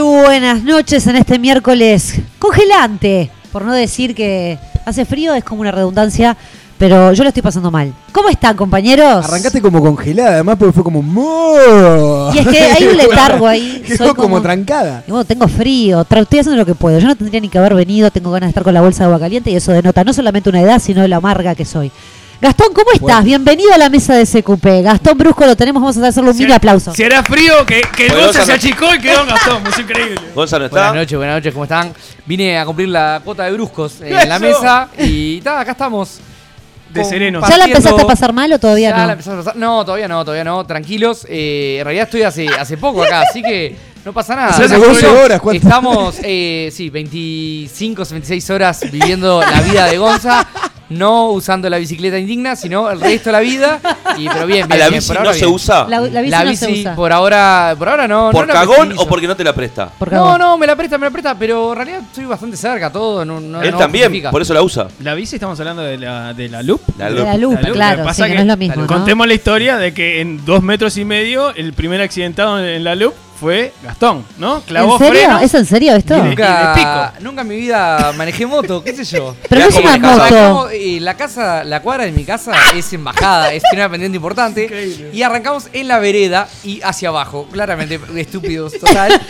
buenas noches en este miércoles congelante, por no decir que hace frío, es como una redundancia, pero yo lo estoy pasando mal. ¿Cómo están, compañeros? Arrancaste como congelada, además, porque fue como. "Mu". Y es que hay un letargo ahí. Quedó soy como... trancada. Y bueno, tengo frío, tra- estoy haciendo lo que puedo. Yo no tendría ni que haber venido, tengo ganas de estar con la bolsa de agua caliente y eso denota no solamente una edad, sino la amarga que soy. Gastón, ¿cómo estás? Bueno. Bienvenido a la mesa de CQP. Gastón Brusco lo tenemos, vamos a hacerle un mini aplauso. Si era frío, que, que el Bueno, Gonza Gonza se no- achicó y quedó en Gastón. Es increíble. Pues Gonzalo Buenas está. noches, buenas noches, ¿cómo están? Vine a cumplir la cuota de bruscos en Eso. la mesa y ta, acá estamos. De Con- serenos. ¿Ya la partiendo- empezaste a pasar mal o todavía Ya no? la empezaste a pasar- No, todavía no, todavía no, tranquilos. Eh, en realidad estoy hace, hace poco acá, así que no pasa nada. Hace Nosotros 12 horas, ¿cuánto? Estamos, eh, sí, 25, 26 horas viviendo la vida de Gonza. No usando la bicicleta indigna, sino el resto de la vida. Y, pero bien, bien, A Ah, la bien, bici por ahora no se bien. usa. La, la bici La no bici, se usa. por ahora, por ahora no. ¿Por no la cagón prestinizo. o porque no te la presta? Por No, favor. no, me la presta, me la presta, pero en realidad estoy bastante cerca, todo. No, no, Él no también, justifica. por eso la usa. La bici estamos hablando de la, de la loop. La De la loop. lupa, La lupa, claro, sí, pasa que que no es lo mismo. ¿no? Contemos la historia de que en dos metros y medio el primer accidentado en la loop fue Gastón, ¿no? Clavó ¿En serio? freno. ¿Es en serio esto? Y de- Nunca, pico. nunca en mi vida manejé moto, qué sé yo. Pero no Ya es como una la casa. moto. Arrancamos, eh, la casa, la cuadra de mi casa es embajada, es tiene una pendiente importante. Y arrancamos en la vereda y hacia abajo, claramente estúpidos, total.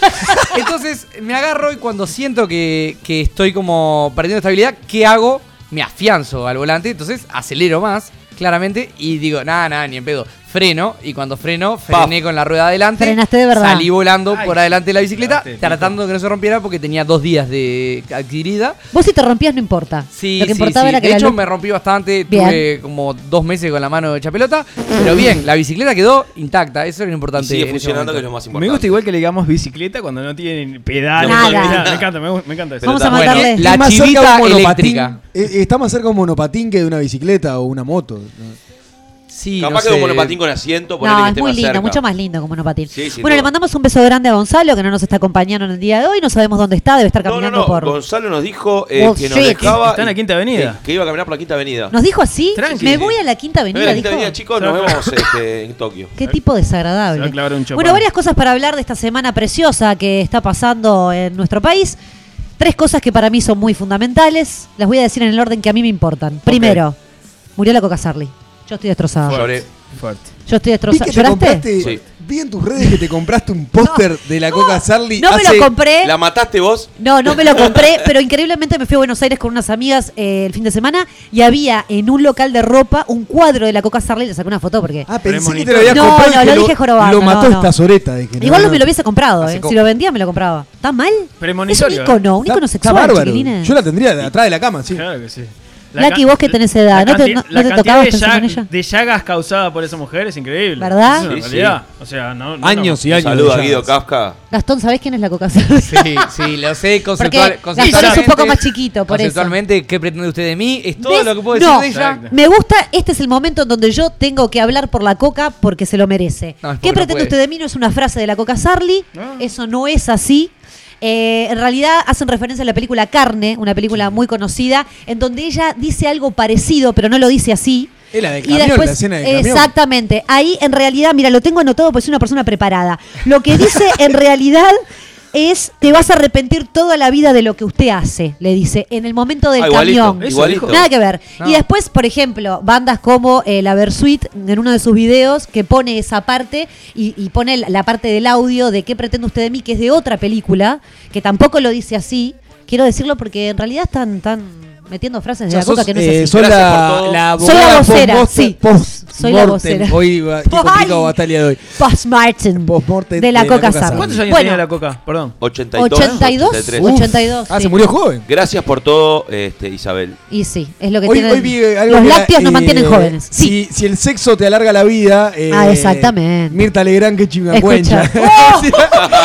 Entonces me agarro y cuando siento que, que estoy como perdiendo estabilidad, ¿qué hago? Me afianzo al volante, entonces acelero más, claramente, y digo, nada, nada, ni en pedo. Freno, y cuando freno, frené con la rueda adelante. Frenaste de verdad. Salí volando Ay, por adelante de la bicicleta, frenaste, tratando de que no se rompiera porque tenía dos días de adquirida. Vos si te rompías no importa. Sí, lo que sí, importaba sí. era que De la hecho, lupa- me rompí bastante. Bien. Tuve como dos meses con la mano hecha pelota. Pero bien, la bicicleta quedó intacta. Eso era lo Y importante. sigue en ese funcionando, que es lo momento. más Me importante. gusta igual que le digamos bicicleta cuando no tienen pedales. Nada. no tienen nada. Me encanta, me, gu- me encanta eso. Vamos a Pero bueno, mandarle. la Es más cerca de chivita un monopatín. eléctrica. Eh, está más cerca de un monopatín que de una bicicleta o una moto. Sí, Capaz no que de un sé. monopatín con asiento, ponele No, que es esté muy lindo, cerca. mucho más lindo como monopatín. Sí, sin bueno, le duda. mandamos un beso grande a Gonzalo, que no nos está acompañando en el día de hoy. No sabemos dónde está, debe estar No, no, caminando no. por. Gonzalo nos dijo eh, Wall que nos Street. dejaba. Está en la Quinta Avenida. Que, que iba a caminar por la Quinta Avenida. ¿Nos dijo así? Tranqui. Me voy a la quinta No, avenida, en la Quinta dijo. Avenida, chicos, nos vemos este, en Tokio. Qué tipo Se va desagradable. a clavar un chopón. Bueno, varias cosas para hablar de esta semana preciosa que está pasando en nuestro país. Tres cosas que para mí son muy fundamentales. Las voy a decir en el orden que a mí me importan. Primero, murió la Coca Sarli. Yo estoy destrozada. Lloré. Fuerte. Yo estoy Vi destrozada. que te ¿Lloraste? compraste. Sí. Vi en tus redes que te compraste un póster de la Coca Sarli. No me hace- lo compré. ¿La mataste vos? No, no me lo compré, pero increíblemente me fui a Buenos Aires con unas amigas eh, el fin de semana y había en un local de ropa un cuadro de la Coca Sarli. Le saqué una foto porque. Ah, Pero es pensé que bonito. te lo había No, comprado. y no, que lo dije jorobando, Lo no, mató no. esta soreta. dije, no, Igual no. no me lo hubiese comprado, Hace eh. co- Si lo vendía, me lo compraba. ¿Está mal? Es un Premonitorio, ¿eh? icono, un Está- icono está sexual, bárbaro. chiquilines. Yo la tendría de atrás de la cama, sí. Claro que sí. Lucky, ca- vos que tenés edad, la ¿no te- canti- no- no la te cantidad tocabas de, pensar lla- en ella? de llagas causadas por esa mujer es increíble. ¿Verdad? Es una Sí, sí. realidad. O sea, no, no- Años no- y años. Saluda a de Guido llamas. Kafka. Gastón, ¿sabés quién es la Coca Sarli? Sí, sí, lo sé. Conceptual, Porque Gastón es un poco más chiquito, por eso. Conceptualmente, ¿qué pretende usted de mí? Es todo ¿Ves? lo que puedo No. decir de ella. Me gusta, este es el momento en donde yo tengo que hablar por la coca porque se lo merece. No, es porque ¿Qué no pretende puede. usted de mí? No es una frase de la coca Sarli, eso no es así. Eh, en realidad hacen referencia a la película Carne, una película muy conocida, en donde ella dice algo parecido, pero no lo dice así. Es la del camión, la escena del camión. Exactamente. Ahí en realidad, mira, lo tengo anotado porque soy una persona preparada. Lo que dice en realidad es te vas a arrepentir toda la vida de lo que usted hace, le dice, en el momento del Ah, igualito, camión. igualito. Nada que ver. No. Y después, por ejemplo, bandas como eh, La Versuit, en uno de sus videos, que pone esa parte y, y pone la parte del audio de qué pretende usted de mí, que es de otra película, que tampoco lo dice así. Quiero decirlo porque en realidad están, están metiendo frases de Ya la coca sos, que no es eh, así. sos Gracias la, por todo. la Soy la abogada vocera, post- sí. post- Soy la mortem. vocera. Hoy va, qué Ay. complicado batalla de hoy. Post-Martin. Post-mortem de la coca Sarli. ¿Cuántos años Bueno, tenía la coca? Perdón. 82. 82, 83. Uf. 82, Ah, sí. se murió joven. Gracias por todo, este, Isabel. Y sí, es lo que Hoy, tienen. hoy vi eh, algo los que era, lácteos nos eh, mantienen jóvenes. Sí. Si, si el sexo te alarga la vida. eh, Ah, exactamente. Mirta Legrand, que chingacuencha. Escucha. ¡Oh!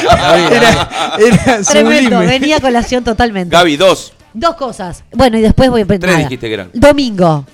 era era Tremendo, sublime. venía a colación totalmente. Gaby, dos. Dos cosas. Bueno, y después voy a Tres dijiste que eran. Domingo.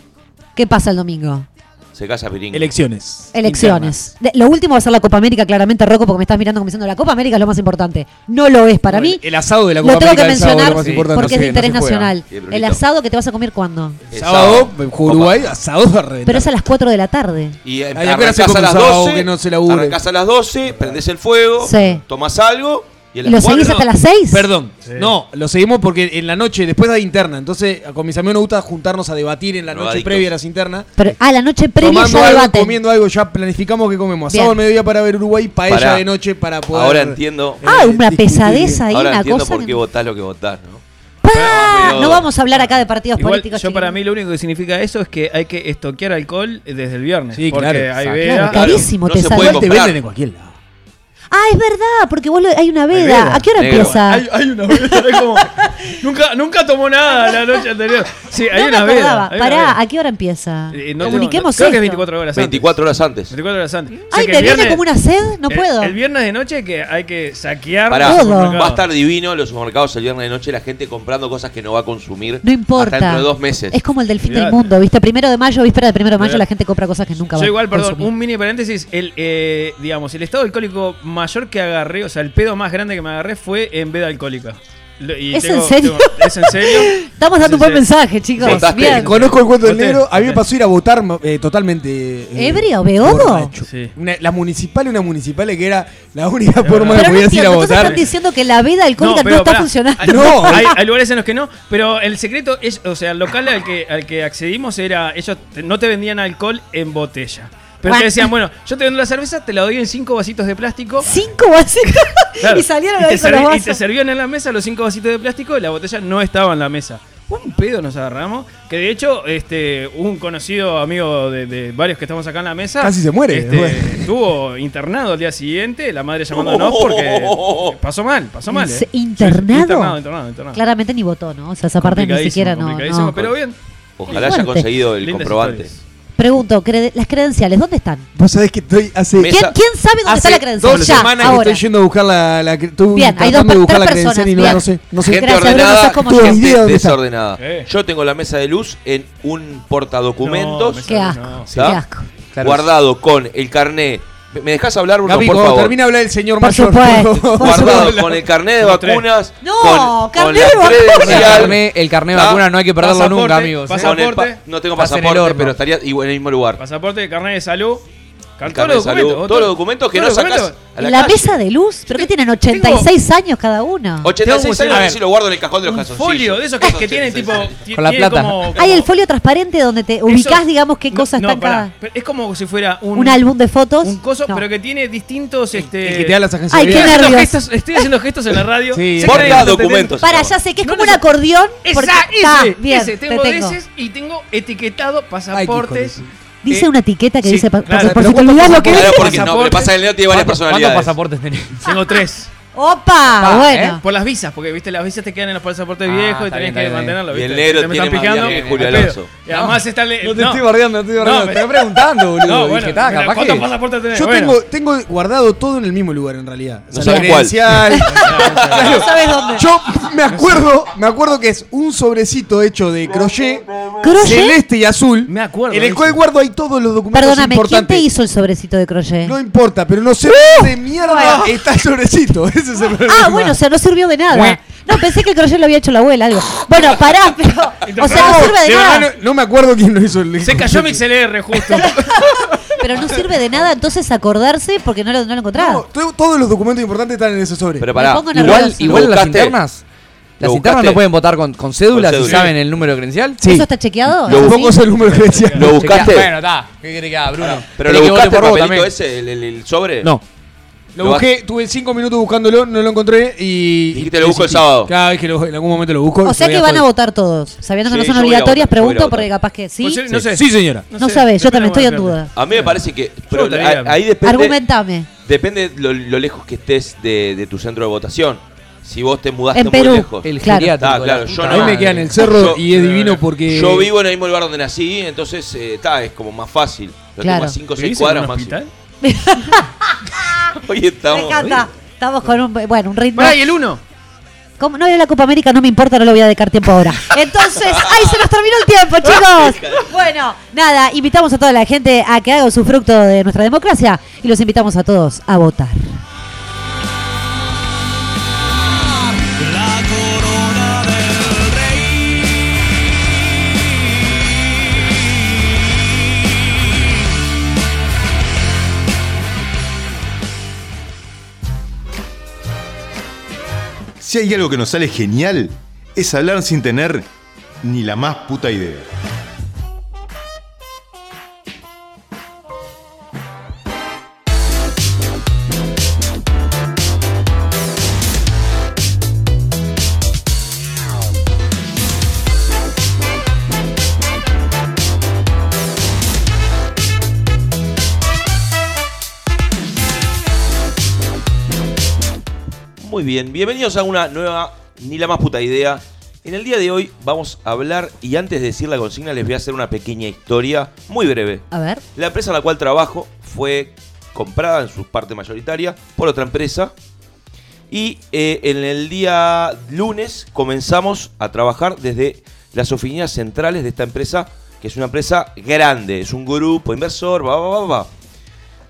¿Qué pasa el domingo? Se casa Piringa. Elecciones. Elecciones. De- lo último va a ser la Copa América, claramente, Rocco, porque me estás mirando como diciendo la Copa América es lo más importante. No lo es para No, mí. el- el asado de la Lo Copa tengo América que del sábado es mencionar lo más importante, porque es no de se- no interés se juega. nacional. Sí, Brunito. el asado que te vas a comer cuándo? Eh, Sábado, Uruguay, asado a reventar. Pero es a las 4 de la tarde. Y eh, Ay, apenas se arrancás a come las un sábado 12. que no se labure. Arrancás a las 12, prendés el fuego, Sí. tomás algo Y a ¿Y lo las seguís cuatro- hasta las seis? Perdón. Sí. No, lo seguimos porque en la noche, después de la interna, entonces con mis amigos nos gusta juntarnos a debatir en la noche Drogadictos. previa a las internas. Pero, ah, la noche previa tomando ya algo, debaten. comiendo algo, ya planificamos que comemos. Asado Bien. al mediodía para ver Uruguay, paella Pará. de noche para poder. Ahora entiendo. Ah, eh, una discutir. pesadez ahí, Ahora una entiendo cosa. por que- qué votás lo que votás, ¿no? ¡Pah! Pero- No vamos a hablar acá de partidos Ah, Igual, yo políticos. para chiquilines. mí lo único que significa eso es que hay que estoquear alcohol desde el viernes. Sí, porque claro, hay exacto. veda. Claro, Carísimo, no te se sale. puede Igual Te comprar. venden en cualquier lado. Ah, es verdad, porque vos lo- hay una veda. veda. ¿A qué hora Negro. empieza? Hay, hay una veda, es como- nunca, nunca tomó nada la noche anterior. Sí, hay no una me veda, acordaba. hay una Pará, veda. ¿a qué hora empieza? Eh, no tengo- Comuniquemos creo que es esto. 24 horas antes. 24 horas antes. 24 horas antes. O sea Ay, que me el viene viernes- como una sed, no el- puedo. El, viernes de noche que hay que saquear Pará, los Todo. supermercados. va a estar divino los supermercados el viernes de noche, la gente comprando cosas que no va a consumir no importa. hasta dentro de dos meses. Es como el del fin del Olvidate. mundo, ¿viste? Primero de mayo, víspera de primero de mayo, Olvidate. la gente compra cosas que nunca va Yo igual, a perdón, consumir. un mini paréntesis. El, eh, digamos, el estado alcohólico mayor que agarré, o sea, el pedo más grande que me agarré fue en veda alcohólica. Lo- y ¿Es en serio? ¿Es en serio? Estamos dando un Sí, buen sí. mensaje, chicos. Votaste. Bien. Eh, Conozco el cuento del Hotel, negro. A mí me hotel. pasó ir a votar ma- eh, totalmente. eh, ¿Ebrio, beodo? borracho. Sí. Una- la municipal y una municipal que era la única forma Pero no que podías ir a entiendo, entonces votar. están diciendo que la veda alcohólica no, pero está pará. funcionando. Hay- No. Hay, hay lugares en los que no, pero el secreto es, o sea, el local al que, al que accedimos era, ellos te- no te vendían alcohol en botella. Pero Bueno. te decían, bueno, yo te vendo la cerveza, te la doy en cinco vasitos de plástico. Cinco vasitos Claro. y salieron Y te ahí con los servi- vasos. Y te servían en la mesa los cinco vasitos de plástico y la botella no estaba en la mesa. Un pedo nos agarramos, que de hecho, este, un conocido amigo de, de varios que estamos acá en la mesa. Casi se muere, este, bueno. estuvo internado al día siguiente, la madre llamándonos porque pasó mal, pasó mal. ¿eh? ¿Se- internado? Internado, internado, internado. Claramente ni votó, ¿no? O sea, esa parte ni Complicadísimo, siquiera no. complicadísimo, no. Pero bien. Ojalá Fuerte. haya conseguido el Lindas comprobante. historias. Pregunto, crede- las credenciales, ¿dónde están? Vos sabés que estoy hace. Me- ¿Quién, Esa- quién sabe dónde está hace la credencial? Dos ya, semanas ahora. que estoy yendo a buscar la, la, cre- estoy Bien, hay dos tratando per- de buscar la tres credencial y no, personas, no sé. No sé. bien. Gente Gracias, Bruno, ordenada, sos como yo. Tuve idea gente dónde está. desordenada. Eh. Yo tengo la mesa de luz en un portadocumentos No, me Qué No, asco, no, qué ¿está? asco. Claro. guardado con el carné. ¿Me- ¿Me dejás hablar, Bruno, Gaby, por cuando favor? termina de hablar el señor Por mayor. supuesto. por favor. Guardado con el carné de Como tres. vacunas. No, con, carné con de la vacunas. El credencial, carné, el carné de Ah, vacuna no hay que perderlo pasaporte, nunca, amigos. ¿eh? pasa- con el pa- Pasaporte. no tengo Estás en el pasaporte, horno. pero estaría igual en el mismo lugar. Pasaporte, carnet de salud. Car- El carné de salud, documentos, todos los documentos que todos los no documentos. sacás a ¿En la, la, calle. mesa de luz? ¿Pero qué tienen? 86 años cada uno. 86 Tengo un años, no sé museo. si lo guardo en el cajón de los Un calzoncillos. folio de esos que, que tienen tipo. ti- Con la tiene plata. como- Hay el como- folio transparente donde te ubicás, Eso- digamos, qué no, cosas no, están pará. cada. Pero Es como si fuera un, Un álbum de fotos. un coso, No. pero que tiene distintos. Este, El que te da las agencias Ay, de qué estoy, viaje. nervios. haciendo gestos, estoy haciendo gestos en la radio. Sí, Sé que Porta nadie me está documentos. Para, se ya llama. sé que es No, como no, un no. acordeón. porque- Esa, Está, ese, bien, ese. te Tengo de tengo. esos y tengo etiquetado Ay, qué hijo de pasaportes. su- Dice Eh, una etiqueta que sí, dice pa- claro, pasa- por si pero te ¿cuántos olvidás lo que Claro, es. porque no, lo que pasa es que el Leo tiene varias ¿Cuántos- ¿Cuántos personalidades. pasaportes tenés? Tengo tres. ¿eh? Opa, Pa, bueno. Por las visas, porque viste, las visas te quedan en los pasaportes Ah, viejos y tenés está bien, está que bien. mantenerlo. Y el ¿viste? negro Te me tiene están más pijando. diario que Julio al pedo. Alonso. Y además está le- No te no. estoy bardeando, no te estoy No, bardeando. te pero- estoy preguntando, boludo. No, Dije, bueno, "Ta, mira, capaz ¿cuántos que-". pasaportes tenés? Yo Bueno. tengo, tengo guardado todo en el mismo lugar en realidad. O No sea, la sabes cuál. credencial. No sabes dónde. Yo me acuerdo, me acuerdo que es un sobrecito hecho de crochet, Crochet. celeste y azul. Me acuerdo En de el cual eso. guardo ahí todos los documentos Perdóname, ¿quién importantes. te hizo el sobrecito de crochet? No importa, pero no sé dónde mierda está el sobrecito. Ese es el problema. Ah, bueno, o sea, no sirvió de Bueno. nada. No, pensé que el crochet lo había hecho la abuela, algo. Bueno, pará, pero. O sea, no sirve de De nada. verdad, no, no me acuerdo quién lo hizo. El... Se cayó mi CLR justo. Pero no sirve de nada entonces acordarse porque no lo, no lo encontrás. No, to- todos los documentos importantes están en ese sobre. Pero pará, Me pongo igual- Igual, nerviosa. igual ¿Lo las buscaste? internas. Las internas ¿Lo buscaste? no pueden votar con, con cédula Con si cédula. saben el número de credencial. Sí. ¿Eso está chequeado? Lo ¿Sí? pongo el número de credencial. Lo buscaste. Bueno, está. ¿Qué quiere que haga, Bruno? Pero Querés lo que vote buscaste el por vos papelito también. ese, el, el- el sobre. No. Lo busqué, tuve cinco minutos buscándolo, no lo encontré y. Dijiste, lo busco el sábado. Cada vez que lo, en algún momento lo busco. O sea que van a votar todos. Sabiendo que Sí, no son yo voy a obligatorias, votar, yo voy a pregunto votar. porque capaz que sí. Pues sí, No No sé. Sí, señora. No sabés, yo también estoy en espero, duda. A mí me parece que. Pero votaría. a- ahí depende. Argumentame. Depende lo, lo lejos que estés de, de tu centro de votación. Si vos te mudaste En muy Perú. lejos. El Claro. geriátrico. Ah, la claro, puta yo no. A mí me madre. queda en el cerro Yo- y es divino porque. Yo vivo en el mismo lugar donde nací, entonces eh, está, es como más fácil. Lo Claro. tengo a 5 o 6 ¿Vivís en cuadras un máximo. hospital? Hoy estamos. Me encanta. Estamos con un, bueno, un ritmo. Pará, y el uno. Como no veo la Copa América, no me importa, no lo voy a dedicar tiempo ahora. Entonces, ¡ay, se nos terminó el tiempo, chicos! Bueno, nada, invitamos a toda la gente a que haga usufructo de nuestra democracia y los invitamos a todos a votar. la corona del rey. Si hay algo que nos sale genial, es hablar sin tener ni la más puta idea. Muy bien, bienvenidos a una nueva, ni la más puta idea. En el día de hoy vamos a hablar, y antes de decir la consigna les voy a hacer una pequeña historia, muy breve. A ver. La empresa en la cual trabajo fue comprada en su parte mayoritaria por otra empresa. Y eh, en el día lunes comenzamos a trabajar desde las oficinas centrales de esta empresa, que es una empresa grande, es un grupo inversor, va, va, va, va.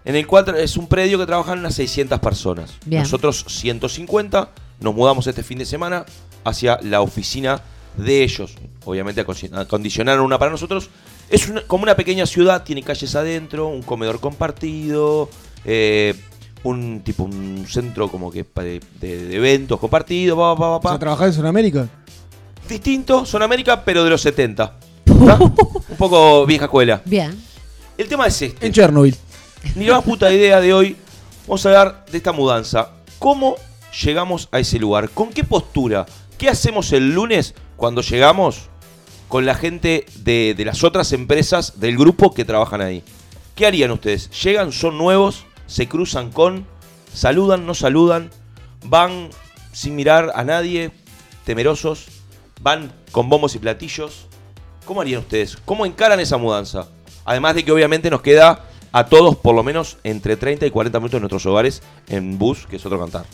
En el cual tra- es un predio que trabajan unas 600 personas. Bien. Nosotros 150, nos mudamos este fin de semana hacia la oficina de ellos. Obviamente acon- acondicionaron una para nosotros. Es una- como una pequeña ciudad, tiene calles adentro, un comedor compartido, eh, un tipo un centro como que pa- de, de- de eventos compartido, pa, pa, pa, pa, ¿Vas a pa. trabajar en Sudamérica? distinto, son América, pero de los 70. ¿Está? un poco vieja escuela. Bien. El tema es este. En Chernobyl. Ni la más puta idea de hoy. Vamos a hablar de esta mudanza. ¿Cómo llegamos a ese lugar? ¿Con qué postura? ¿Qué hacemos el lunes cuando llegamos con la gente de, de las otras empresas del grupo que trabajan ahí? ¿Qué harían ustedes? ¿Llegan, son nuevos, se cruzan con, saludan, no saludan, van sin mirar a nadie, temerosos, van con bombos y platillos? ¿Cómo harían ustedes? ¿Cómo encaran esa mudanza? Además de que obviamente nos queda a todos por lo menos entre 30 y 40 minutos de nuestros hogares en bus, que es otro cantar.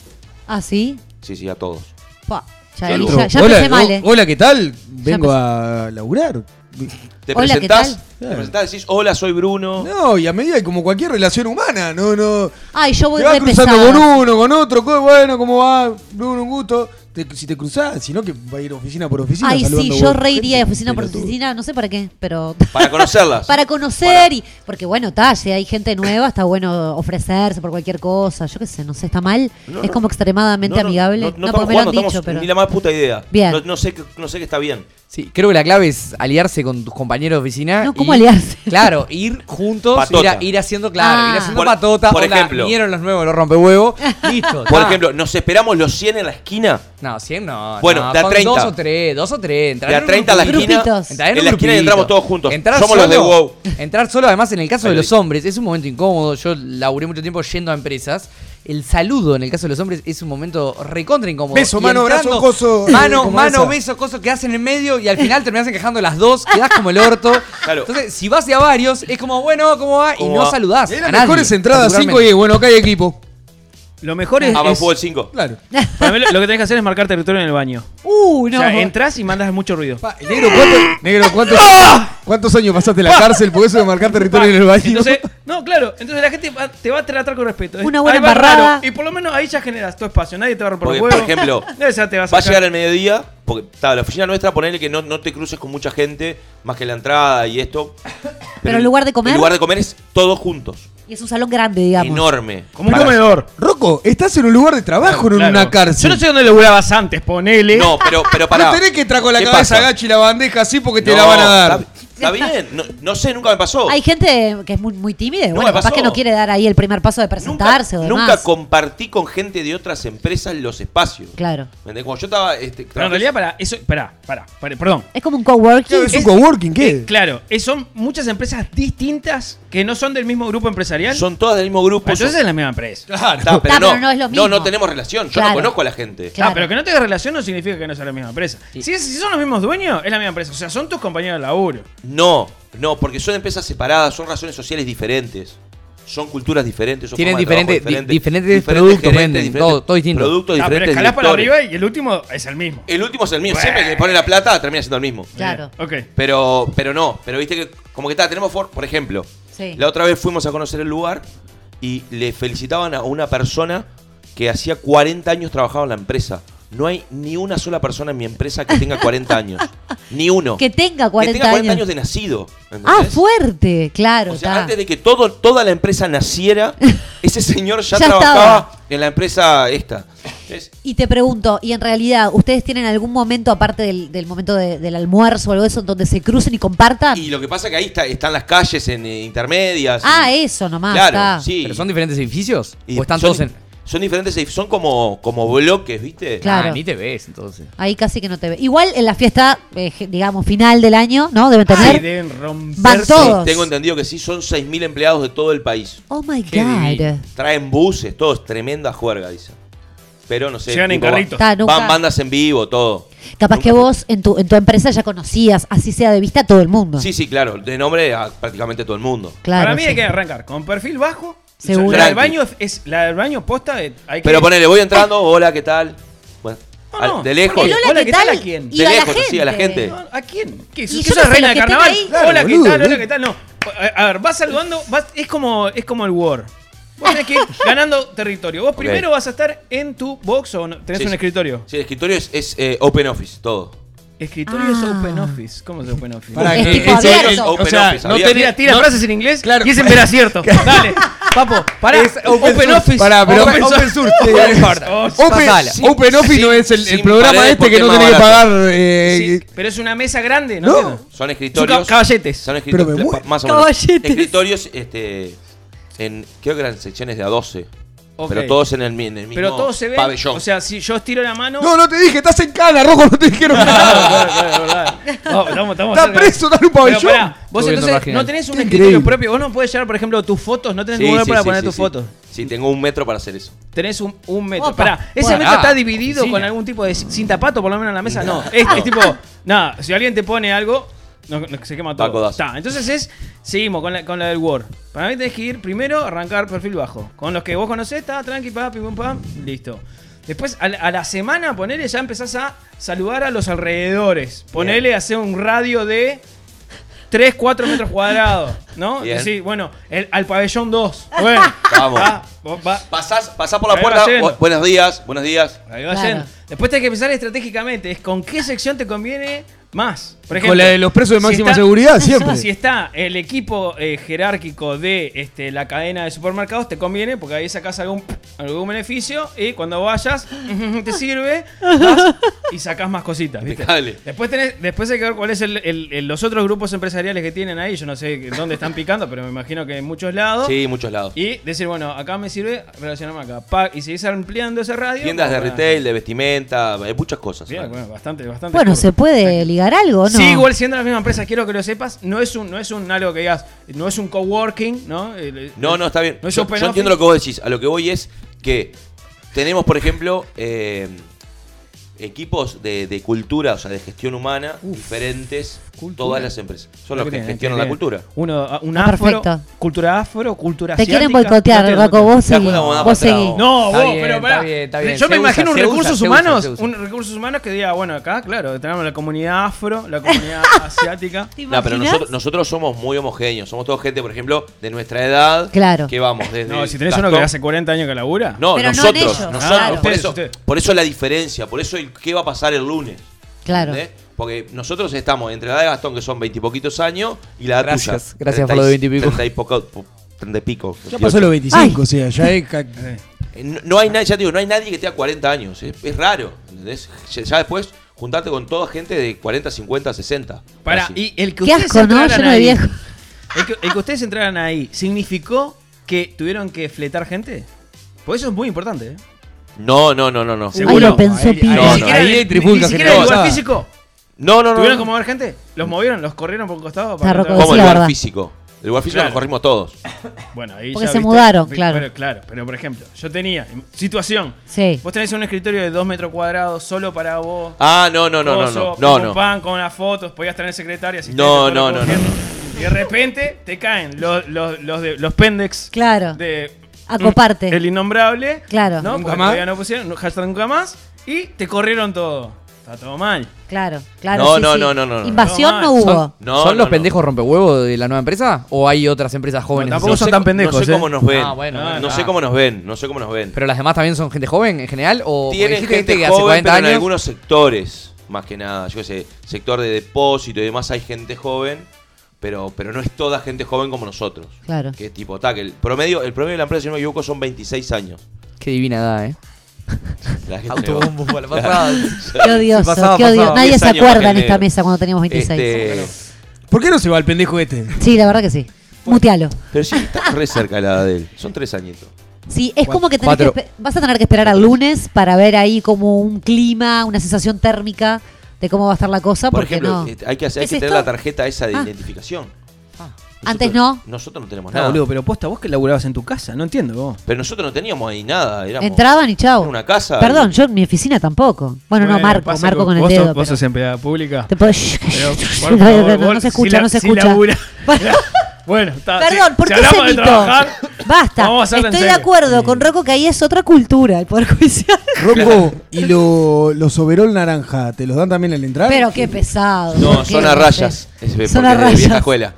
Ah, sí. Sí, sí, a todos. Pa, ya Entro. ya, ya hola, empecé mal, ho- eh. hola, ¿qué tal? empecé. Vengo a laburar. Te Hola, ¿qué presentás, tal? te presentás, decís, hola, soy Bruno. No, y a medida que como cualquier relación humana, no, no. Ay, yo voy te vas re cruzando pesada. con uno, con otro, co- bueno, ¿cómo va? Bruno, un gusto. Te- si te cruzás, si no, que va a ir oficina por oficina. Ay, sí, saludando yo vos. reiría de Gente, oficina por pelotudo. oficina, no sé para qué, pero... Para conocerlas. Para conocer y... Porque bueno, ta, si hay gente nueva, está bueno ofrecerse por cualquier cosa. Yo qué sé, no sé, está mal. No, es no. como extremadamente No, no, amigable. No, no, estamos porque me lo jugando, han dicho, estamos pues, pero... ni la más puta idea. Bien. No, no sé, qué- no sé qué está bien. Sí, creo que la clave es aliarse con tus compañeros de oficina. No, ¿cómo y- aliarse? Claro, ir juntos, ir, Patota. a- ir haciendo, claro, Ah. ir haciendo Por- patota. por onda, ejemplo. Vinieron los nuevos, los rompehuevos. Listo. Por ta. ejemplo, nos esperamos los 100 en la esquina. No, 100 no. Bueno, no, de a son 30. Dos o tres, dos o tres. entrar De en a un 30 a la grupito. esquina. Grupitos. Entrar en un la esquina grupito. entramos todos juntos. Entrar Somos los de solo- WoW. Entrar solo, además, en el caso de los Periodista. hombres, es un momento incómodo. Yo laburé mucho tiempo yendo a empresas. El saludo en el caso de los hombres es un momento recontra incómodo. Beso, Y mano, entrando- brazo, coso, eh, Mano, como mano, esa. beso, coso, quedás en el medio y al final terminás encajando las dos, quedás como el orto. Claro. Entonces, si vas de a varios, es como, bueno, ¿cómo va? ¿Cómo y no va? saludás. Eh, a Las nadie, mejores entradas 5 particularmente. y bueno, acá hay equipo. Lo mejor es. Ah, va, es- fútbol 5. Claro. para mí lo, lo que tenés que hacer es marcar territorio en el baño. Uh, no. o sea, entras y mandas mucho ruido. ¡Ah! Pa, negro, ¿cuánto- negro, ¿cuántos, ¿cuántos años pasaste en la cárcel por eso de marcar territorio en el baño? Entonces, no, claro. Entonces la gente va- te va a tratar con respeto. Una buena Ahí va embarrada. raro, Y por lo menos ahí ya generas tu espacio. Nadie te va a romper Porque, los huevos. por ejemplo, Nadie se te va a, Va a sacar. llegar el mediodía, porque está, la oficina nuestra, ponerle que no, no te cruces con mucha gente, más que la entrada y esto. Pero, el lugar de comer? El lugar de comer es todos juntos. Y es un salón grande, digamos. Enorme. Como un Para- comedor. Rocco, estás en un lugar de trabajo, no en Claro. una cárcel. Yo no sé dónde laburabas antes, ponele. No, pero, pero para. No tenés que entrar con la cabeza gacha y la bandeja así porque te No, la van a dar. Está, está bien, no, no sé, nunca me pasó. Hay gente que es muy, muy tímida, y No, bueno, me capaz pasó. que no quiere dar ahí el primer paso de nunca, presentarse o demás. nunca compartí con gente de otras empresas los espacios. Claro. ¿Me entendés? Cuando yo estaba. Este, Pero en realidad, para eso. Pará, pará, pará, perdón. Es como un coworking. Claro, es un Es- coworking, ¿qué? Eh, claro, eh, son muchas empresas distintas que no son del mismo grupo empresarial. son todas del mismo grupo. Bueno, entonces son- es la misma empresa. Está, pero, Está, no, pero no es lo mismo. no tenemos relación. Yo Claro. no conozco a la gente. Claro. Ah, pero que no tengas relación no significa que no sea la misma empresa. Si, es- si son los mismos dueños, es la misma empresa. O sea, son tus compañeros de laburo. No, no, porque son empresas separadas, son razones sociales diferentes. Son culturas diferentes. Son Tienen formas de trabajo diferente- di- diferentes productos venden, todo- todo distinto. Productos Ah, pero diferentes. escalás para directores. arriba y el último es el mismo. El último es el mismo. Bueno. Siempre que le ponen la plata termina siendo el mismo. Claro. Ok. Pero, pero no, pero viste que como que está, tenemos for, por ejemplo, Sí. la otra vez fuimos a conocer el lugar y le felicitaban a una persona que hacía 40 años trabajaba en la empresa. No hay ni una sola persona en mi empresa que tenga 40 años. Ni uno. Que tenga 40 Que tenga 40 años. años de nacido. Ah, ¿entendés? fuerte, claro. O sea, ta. antes de que todo, toda la empresa naciera, ese señor ya, Ya trabajaba estaba. en la empresa esta. Es- Y te pregunto, y en realidad, ¿ustedes tienen algún momento, aparte del, del momento de- del almuerzo o algo de eso, donde se crucen y compartan? Y lo que pasa es que ahí está- están las calles en eh, intermedias. ah, y- eso nomás. Claro, está. sí. ¿Pero son diferentes edificios? Y ¿O están son, todos en.? Son diferentes, edif- son como, como bloques, ¿viste? Claro. Ah, ni te ves entonces. Ahí casi que no te ve. Igual en la fiesta, eh, je- digamos, final del año, ¿no? Ah, Deben tener. Ay, deben romper. Van Sí, todos. tengo entendido que sí, son 6.000 empleados de todo el país. Oh my Qué God. divino. Traen buses, todo, es tremenda juerga, dicen. Pero no sé. Llegan en tipo, va- carritos. Ta, nunca- Van bandas en vivo, todo. Capaz Nunca que fui. vos en tu, en tu empresa ya conocías, así sea de vista, a todo el mundo. Sí, sí, claro. De nombre a prácticamente todo el mundo. claro. Para mí sí. hay que arrancar con perfil bajo. Seguro. La del Tranqui. baño es, es- la del baño posta eh, hay que Pero ponele, voy entrando, hola, ¿qué tal? Bueno, No, al- no, de lejos. Porque Lola, Hola, ¿qué ¿qué tal? tal? ¿A quién? Y De a la lejos, sí, a la gente. gente. No, ¿A quién? ¿Qué? yo ¿Sos no la sé reina los del que estén carnaval? ahí. hola, ¿qué boludo, tal? Hola, ¿no? ¿qué tal? No. A a ver, vas saludando, vas, es como es como el War. Vos tenés que ir ganando territorio. Vos primero vas a estar en tu box o no- tenés Sí, un sí. escritorio. Sí, el escritorio es, es, eh, open office, todo. Escritorio es open office. ¿Cómo es open office? Pará, Ah. Es que- tipo eso es- abierto. o Open sea, office, no abierto. tenía- Tira, tira no- frases en inglés claro. y es en veracierto. Dale, papo, pará. Es open, open source. office. Pará, pero open, source. source. Oh, sí, Open, Pasala. Open Office no es el, el sin programa paredes, este porque que no es más tenés que barato. pagar. eh, pero es una mesa grande, ¿no? No. entiendo. Son Son escritorios. ca- caballetes. Son Pero me escritorios. muero. Más o menos. Caballetes. Escritorios, este. En, creo que eran secciones de a 12. Ok. Pero todos en el, mi- en el mismo Pero todos se ven. pabellón. O sea, si yo estiro la mano. No, no te dije, estás en cana, rojo, no te dijeron Claro, nada. claro, claro, claro. No, estamos- estamos Está cerca. preso, dale un Pero pabellón. pará, vos Estoy viendo entonces marginal. no tenés un Increíble. escritorio propio. Vos no podés llevar, por ejemplo, tus fotos. No tenés Sí, lugar sí, para sí, poner sí, tus sí. fotos. Sí, tengo un metro para hacer eso. Tenés un, un metro. Opa. Pará, ese Bueno, metro ah, está dividido oficina. con algún tipo de cinta pato, por lo menos en la mesa. No, es, Ah. es tipo, nada, si alguien te pone algo, no, no- se quema Va, todo. codazo. Está, entonces es, seguimos con la, con la del Word. Para mí tenés que ir primero, arrancar perfil bajo. Con los que vos conocés, está tranqui, pa, pim, pum, pam, listo. Después, a la, a la semana, ponele, ya empezás a saludar a los alrededores. Ponele, hacer un radio de 3, 4 metros cuadrados, ¿no? Bien. Sí, bueno, el- al pabellón 2. Bueno, Vamos. va, Ah, vos va- Pasás, pasás por la Ahí va puerta. yendo. bu- buenos días, buenos días. Ahí va Claro. yendo. Después tenés que pensar estratégicamente, es con qué sección te conviene más. Por ejemplo, Con la de los presos de si máxima está- seguridad, siempre. Si está el equipo eh, jerárquico de este, la cadena de supermercados, te conviene porque ahí sacás algún, algún beneficio y cuando vayas te sirve vas y sacás más cositas. ¿viste? Impecable. Después, tenés, después hay que ver cuáles son los otros grupos empresariales que tienen ahí. Yo no sé dónde están picando, pero me imagino que en muchos lados. Sí, muchos lados. Y decir, bueno, acá me sirve relacionarme acá. Pa- y seguís ampliando ese radio. Tiendas de para- retail, de vestimenta, hay muchas cosas. Bien, bueno, bastante, bastante. Bueno, curvo. ¿se puede ligar algo o no? Sigue igual siendo la misma empresa, quiero que lo sepas. No es un, no es un algo que digas, no es un coworking, ¿no? El- el- No, no, está bien. No es yo, open yo entiendo office. lo que vos decís. A lo que voy es que tenemos, por ejemplo, eh, equipos de, de cultura, o sea, de gestión humana, diferentes, todas las empresas. Son los Creo que tiene, gestionan tiene. la cultura. Uno, a- un Ah, afro, perfecto. cultura afro, cultura Te quieren asiática. boicotear, No te- Rocco, vos ¿Te das seguí. cuenta cómo da Vos patada, seguí. vos? No, Está vos, bien, pero está pará. bien, está bien. Yo Se me usa, imagino un se usa, recursos se usa, humanos, se usa. un recursos humanos que diga, bueno, acá, claro, tenemos la comunidad afro, la comunidad asiática. ¿Te No, pero imaginas? nosotros, nosotros somos muy homogéneos. Somos todos gente, por ejemplo, de nuestra edad. Claro. Que vamos desde. No, si tenés Gastón- uno que hace 40 años que labura. No, Pero no en nosotros. ellos, nosotros. claro. Por, Ah, Ustedes, eso, ustedes. por eso la diferencia. Por eso el qué va a pasar el lunes. Claro. ¿Entendés? Porque nosotros estamos entre la edad de Gastón, que son veintipoquitos años, y la edad Gracias, tuya. gracias por lo de 20 y pico. Treinta y poco- po- treinta y pico. Ya pasó los 25, Ay. o sea, ya es. ca- Eh, No, no hay nadie, ya te digo, no hay nadie que tenga 40 años. Es, es raro. ¿entendés? Ya, ya después juntarte con toda gente de 40, 50, 60. Para, Así. y eh, el que Qué ustedes asco, ¿no? entraran Lleno de ahí- viejo. El que, el que ustedes entraran ahí, ¿significó que tuvieron que fletar gente? Pues eso es muy importante, ¿eh? No, no, no, no, no. Seguro. Ahí lo pensó Ahí- Pibe. No, Ni no, siquiera ahí de- hay trifulca Ni siquiera que del no. lugar físico. No, no, no. ¿Tuvieron no. que mover gente? ¿Los movieron? ¿Los corrieron por un costado? Está para roco atrás? ¿Cómo? El Decía lugar verdad. físico. El lugar físico Claro. nos corrimos todos. Bueno, ahí Porque ya se viste- mudaron, vi- claro. Pero, claro, pero por ejemplo, yo tenía situación. Sí. Vos tenés un escritorio de 2 metros cuadrados solo para vos. Ah, no, no, no, no, no. coso, No, pim, no. pan con las fotos, podías tener secretaria. asistente, No, todo no, lo no, que vos no. quieras. Y de repente te caen los, los, los, de, los pendex. Claro. de Acoparte. El innombrable. Claro. ¿no? Nunca Porque más. todavía no pusieron, no, hashtag nunca más. Y te corrieron todo. Está todo mal. Claro, claro. No, sí, no, sí. no, no, no, no. Invasión no No, hubo. No, ¿Son no, los no. pendejos rompehuevos de la nueva empresa? ¿O hay otras empresas jóvenes? tampoco así? son tan pendejos, No sé eh. cómo nos ven. Ah, bueno, no bueno, sé ah. cómo nos ven. No sé cómo nos ven. ¿Pero las demás también son gente joven en general? ¿O porque Tienen dijiste gente que hace joven, 40 pero en años? algunos sectores, más que nada. Yo qué sé, sector de depósito y demás hay gente joven, pero, pero no es toda gente joven como nosotros. Claro. Que es tipo, ta, que el promedio, el promedio de la empresa, si no me equivoco, son 26 años. Qué divina edad, ¿eh? La gente va. Autobombo para la pasada. Qué odioso, pasaba, qué odioso. pasaba. Nadie Diez se años acuerda más en que esta negro. mesa cuando teníamos 26. Este, ¿Por qué no se va el pendejo este? Sí, la verdad que sí. Mutealo. pero sí, está re cerca la edad de él. Son tres añitos. Sí, es como que, tenés que Cuatro. espe- vas a tener que esperar al lunes para ver ahí como un clima, una sensación térmica de cómo va a estar la cosa, Por porque ejemplo, no. eh, hay que, hacer- hay ¿Es que tener esto? la tarjeta esa de Ah. identificación. Antes Nosotros- no. Nosotros no tenemos No, nada. Ah, boludo, pero posta, vos que laburabas en tu casa, no entiendo vos. Pero nosotros no teníamos ahí nada. Éramos, Entraban y chao. Era una casa. Perdón, Y- yo en mi oficina tampoco. Bueno, no, Marco, pasa Marco que con el vos dedo. Sos, vos pero- sos empleada pública. Te puedo- no, por favor, no, no vos se escucha, si no se la- si escucha. labura- bueno, está. Perdón, si- ¿por si qué hablamos se de mito? trabajar, Basta, vamos a hacerlo en estoy de serio. acuerdo con Rocco que ahí es otra cultura el Poder Judicial. Rocco, ¿y lo, los overol naranja te los dan también al entrar? Pero qué pesado. No, ¿por qué? son a rayas. Es porque Son a es de vieja rayas. escuela.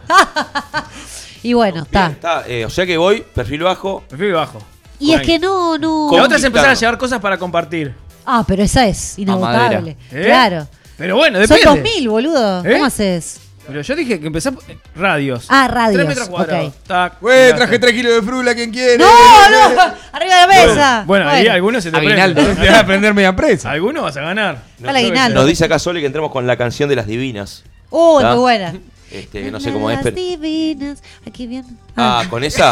Y bueno, Bien, está. está, eh, o sea que voy, perfil bajo. Perfil bajo. Y es Tranqui. que no, no. Con- La otra es empezar a Conquistando. llevar cosas para compartir. Ah, pero esa es inagotable. ¿Eh? Claro. Pero bueno, depende. Son 2000, boludo. ¿Eh? ¿Cómo haces? Pero yo dije que empezás eh, radios. Ah, radios, 3 metros cuadrados. ok. Tac, Güey, mirá, traje tac. 3 kilos de frula, quien quiere? ¡No, no! ¡Arriba de la mesa! Bueno, ahí algunos se te prenden. Aguinaldo. Te vas a prender media presa. Algunos vas a ganar. Está el aguinaldo. Nos dice acá Sole que entremos con la canción de las divinas. ¡Uh, es ¿Está? muy buena! Este, no sé cómo es, Las pero. divinas, aquí viene. Ah, Ah, con esa.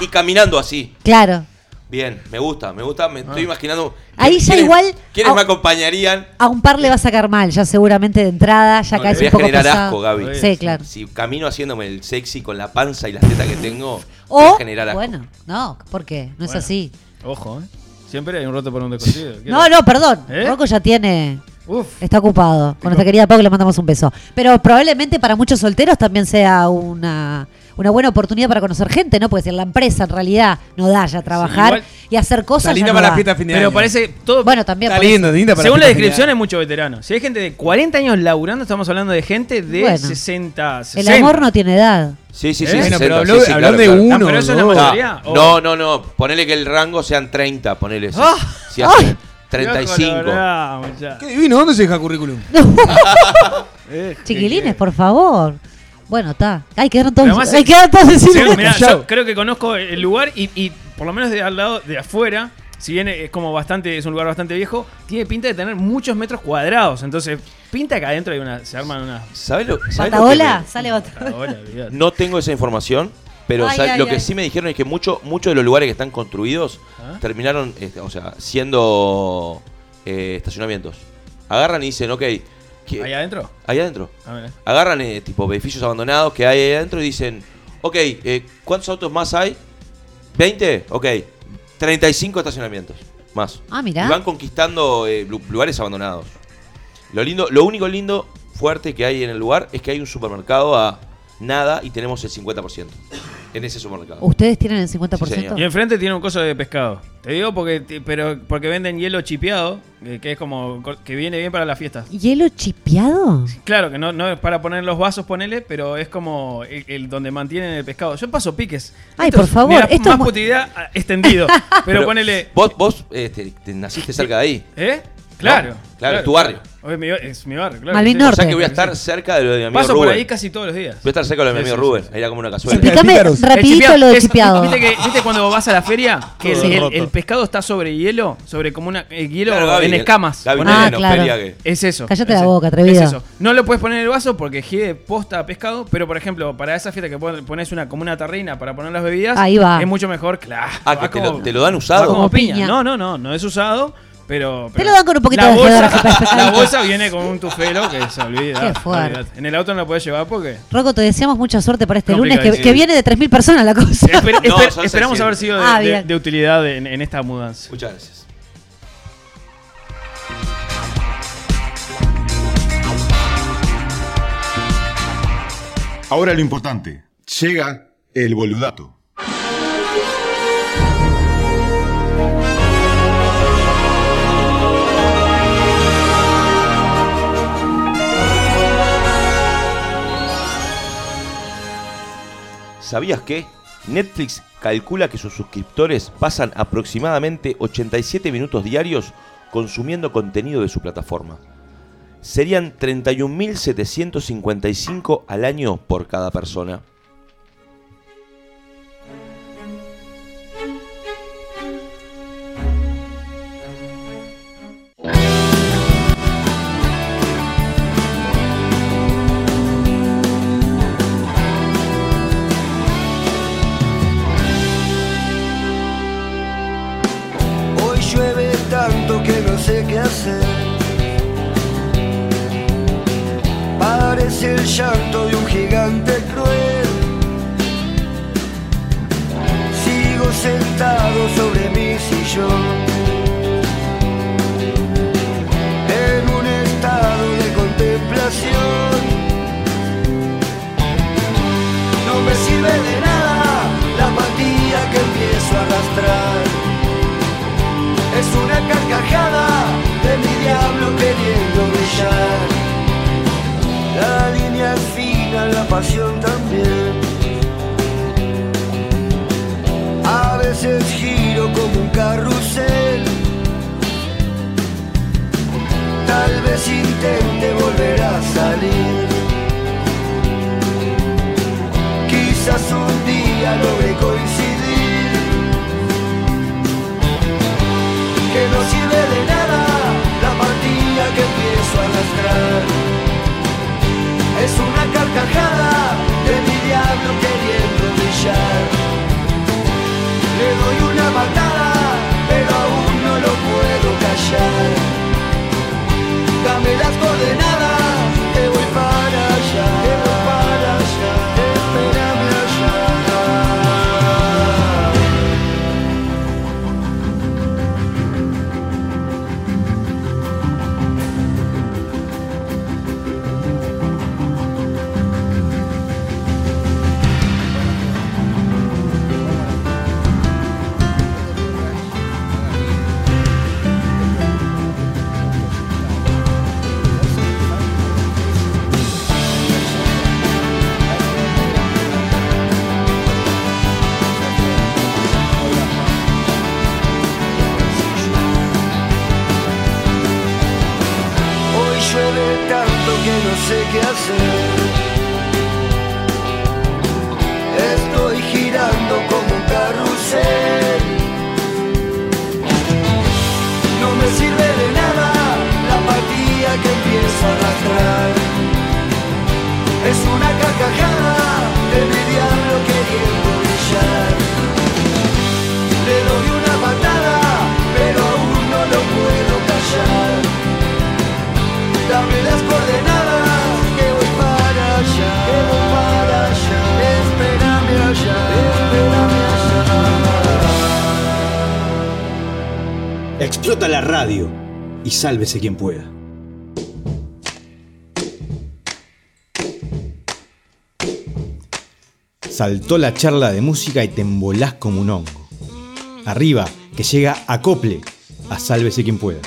Y caminando así. Claro. Bien, me gusta, me gusta, Ah. me estoy imaginando. Ahí ya ¿Quiénes- igual- ah, ¿Quiénes au- me acompañarían? A un par le va a sacar mal, ya seguramente de entrada, ya No, acá le es voy un a poco generar pesado. asco, Gaby. Sí, claro. Si camino haciéndome el sexy con la panza y las tetas que tengo, voy a O, generar asco. bueno, no, ¿por qué? No es Bueno. así. Ojo, ¿eh? Siempre hay un roto por un descosido. No, no, perdón. ¿Eh? Rocco ya tiene. Uf. Está ocupado. Con nuestra querida Pau que le mandamos un beso. Pero probablemente para muchos solteros también sea una, una buena oportunidad para conocer gente, ¿no? Porque si en la empresa en realidad no da ya trabajar igual- y hacer cosas. Está linda ya no para la da. fiesta de fin de año. Pero parece todo. Bueno, también. Está por eso. linda, linda para según la fiesta de fin de descripción, año. hay muchos veteranos. Si hay gente de 40 años laburando, estamos hablando de gente de Bueno. 60, 60. El amor no tiene edad. Sí, sí, ¿Eh? sí. Bueno, 60, pero sí, habló- sí, habló claro, de claro. uno. No, pero eso es la dos. Ah, mayoría. o- No, no, no. Ponele que el rango sean 30, ponele. Si- Ah. si hacen Loco, 35. la verdad, muchacho. Qué eh, divino, ¿dónde se deja currículum? Eh, Chiquilines, por favor. Bueno, está. Ay, quedaron todos. Pero además ay, es- quedaron todos Sí, sin- mirá, yo Chao. creo que conozco el lugar y, y por lo menos de al lado de afuera, si bien es como bastante, es un lugar bastante viejo, tiene pinta de tener muchos metros cuadrados. Entonces, pinta que adentro hay una, se arman unas. ¿Sabes lo, sabés lo que Bataola, me- sale Bataola. Hola, olvidate. No tengo esa información, pero Ay, sab- ay, lo que ay. sí me dijeron es que muchos muchos de los lugares que están construidos ¿Ah? terminaron, este, o sea, siendo eh, estacionamientos. Agarran y dicen, ok, que- ¿Ahí ahí adentro? adentro. A ver. Agarran eh, tipo edificios abandonados que hay ahí adentro y dicen, ok, eh, ¿cuántos autos más hay? ¿20? Ok, 35 estacionamientos más. Ah, mirá. Y van conquistando eh, lu- lugares abandonados. Lo, lindo, lo único lindo, fuerte que hay en el lugar es que hay un supermercado a nada y tenemos el 50% en ese supermercado. ¿Ustedes tienen el Sí, 50%? señor. Y enfrente tiene un coso de pescado. Te digo porque, te- pero porque venden hielo chipeado, eh, que es como co- que viene bien para las fiestas. ¿Hielo chipeado? Claro, que no, no es para poner los vasos, ponele, pero es como el, el donde mantienen el pescado. Yo paso piques. Ay, Esto por es- favor, me da esto es más mu- putidad ah, extendido. pero, Pero ponele. Vos, vos este, te naciste cerca de ahí. ¿Eh? Claro. Claro, es tu barrio. Es mi, es mi barrio, claro. Malvin sí. O Norte. sea que voy a estar cerca de lo de mi amigo Paso Rubén. por ahí casi todos los días. Voy a estar cerca de lo de mi Sí, amigo sí, Rubén. Ahí era como una cazuela. Sí, Explícame pícaros. El rapidito lo de es- chipeado. ¿viste, que- viste cuando vas a la feria? Que el, Todo el- roto. el pescado está sobre hielo, sobre como una eh, hielo Claro, Gaby, en eh, escamas. Gaby, Ponele. Ah, no, claro. feria que- Es eso. Cállate es la eso, boca, atrevido. es eso. No lo puedes poner en el vaso porque gide posta a pescado, pero por ejemplo, para esa fiesta que pon- pones una, como una tarrina para poner las bebidas, Ahí va. es mucho mejor, claro. Ah, va que te lo, como- te lo dan va usado. como Como piña. piña. No, no, no, no es usado, pero. pero lo dan con un poquito la de geografía para el bolsa, La pescadito. bolsa viene con un tufelo que se olvida. Qué fuerte. olvidate. En el auto no lo puedes llevar porque. Rocco, te deseamos mucha suerte para este lunes, que, Complicadísimo. que viene de 3.000 personas la cosa. Esper- No, esper- son esperamos 600. haber sido de, Ah, de- bien. de utilidad en, en esta mudanza. Muchas gracias. Ahora lo importante. Llega el boludato. ¿Sabías que? Netflix calcula que sus suscriptores pasan aproximadamente 87 minutos diarios consumiendo contenido de su plataforma. Serían 31.755 al año por cada persona. que hacer. Parece el llanto de un gigante cruel. Sigo sentado sobre mi sillón. En un estado de contemplación. No me sirve de nada la apatía que empiezo a arrastrar es una carcajada de mi diablo queriendo brillar. La línea es fina, la pasión también. A veces giro como un carrusel. Tal vez intente volver a salir. Quizás un día logre coincidir. que no sirve de nada la partida que empiezo a arrastrar. Es una carcajada de mi diablo queriendo brillar. Le doy una patada, pero aún no lo puedo callar. Dame las coordenadas, te voy para allá, te voy para allá, espérame allá. Hoy llueve tanto que no sé qué hacer. Estoy girando como un carrusel. No me sirve de nada la apatía que empiezo a arrastrar. Es una carcajada de mi diablo queriendo brillar. Le doy una patada, pero aún no lo puedo callar. Dame las coordenadas que voy para allá, que voy para allá. Espérame allá, espérame allá. Explota la radio y sálvese quien pueda. Saltó la charla de música y te embolás como un hongo. Arriba, que llega acople a sálvese quien pueda.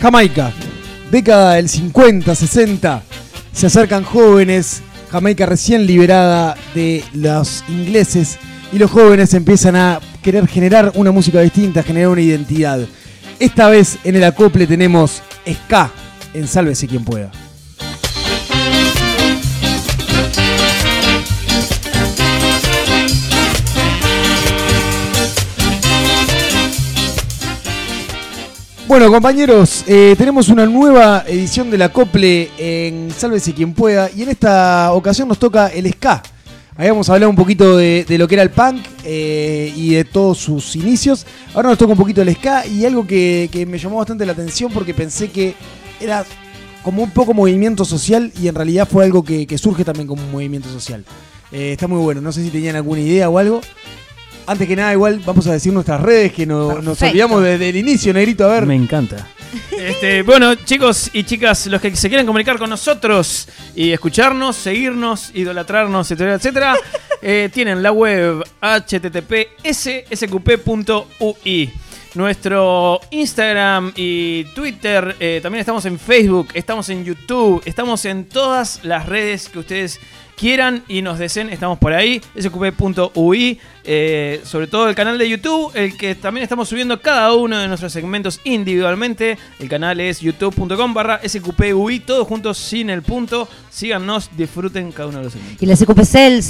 Jamaica, década del 50, 60. Se acercan jóvenes, Jamaica recién liberada de los ingleses y los jóvenes empiezan a querer generar una música distinta, generar una identidad. Esta vez en el acople tenemos ska en Sálvese quien pueda. Bueno, compañeros, eh, tenemos una nueva edición de la Cople en Sálvese quien pueda. Y en esta ocasión nos toca el Ska. Habíamos hablado un poquito de, de lo que era el punk eh, y de todos sus inicios. Ahora nos toca un poquito el Ska y algo que, que me llamó bastante la atención porque pensé que era como un poco movimiento social y en realidad fue algo que, que surge también como un movimiento social. Eh, está muy bueno, no sé si tenían alguna idea o algo. Antes que nada, igual vamos a decir nuestras redes que no- nos Perfecto. olvidamos desde el inicio, Negrito. A ver, Me encanta. Este, bueno, chicos y chicas, los que se quieren comunicar con nosotros y escucharnos, seguirnos, idolatrarnos, etcétera, etcétera, eh, tienen la web https://sqp.ui. Nuestro Instagram y Twitter, eh, también estamos en Facebook, estamos en YouTube, estamos en todas las redes que ustedes quieran y nos deseen, estamos por ahí, sqp.ui, eh, sobre todo el canal de YouTube, el que también estamos subiendo cada uno de nuestros segmentos individualmente. El canal es youtube.com barra sqpui, todos juntos sin el punto. Síganos, disfruten cada uno de los segmentos. Y la CQPC el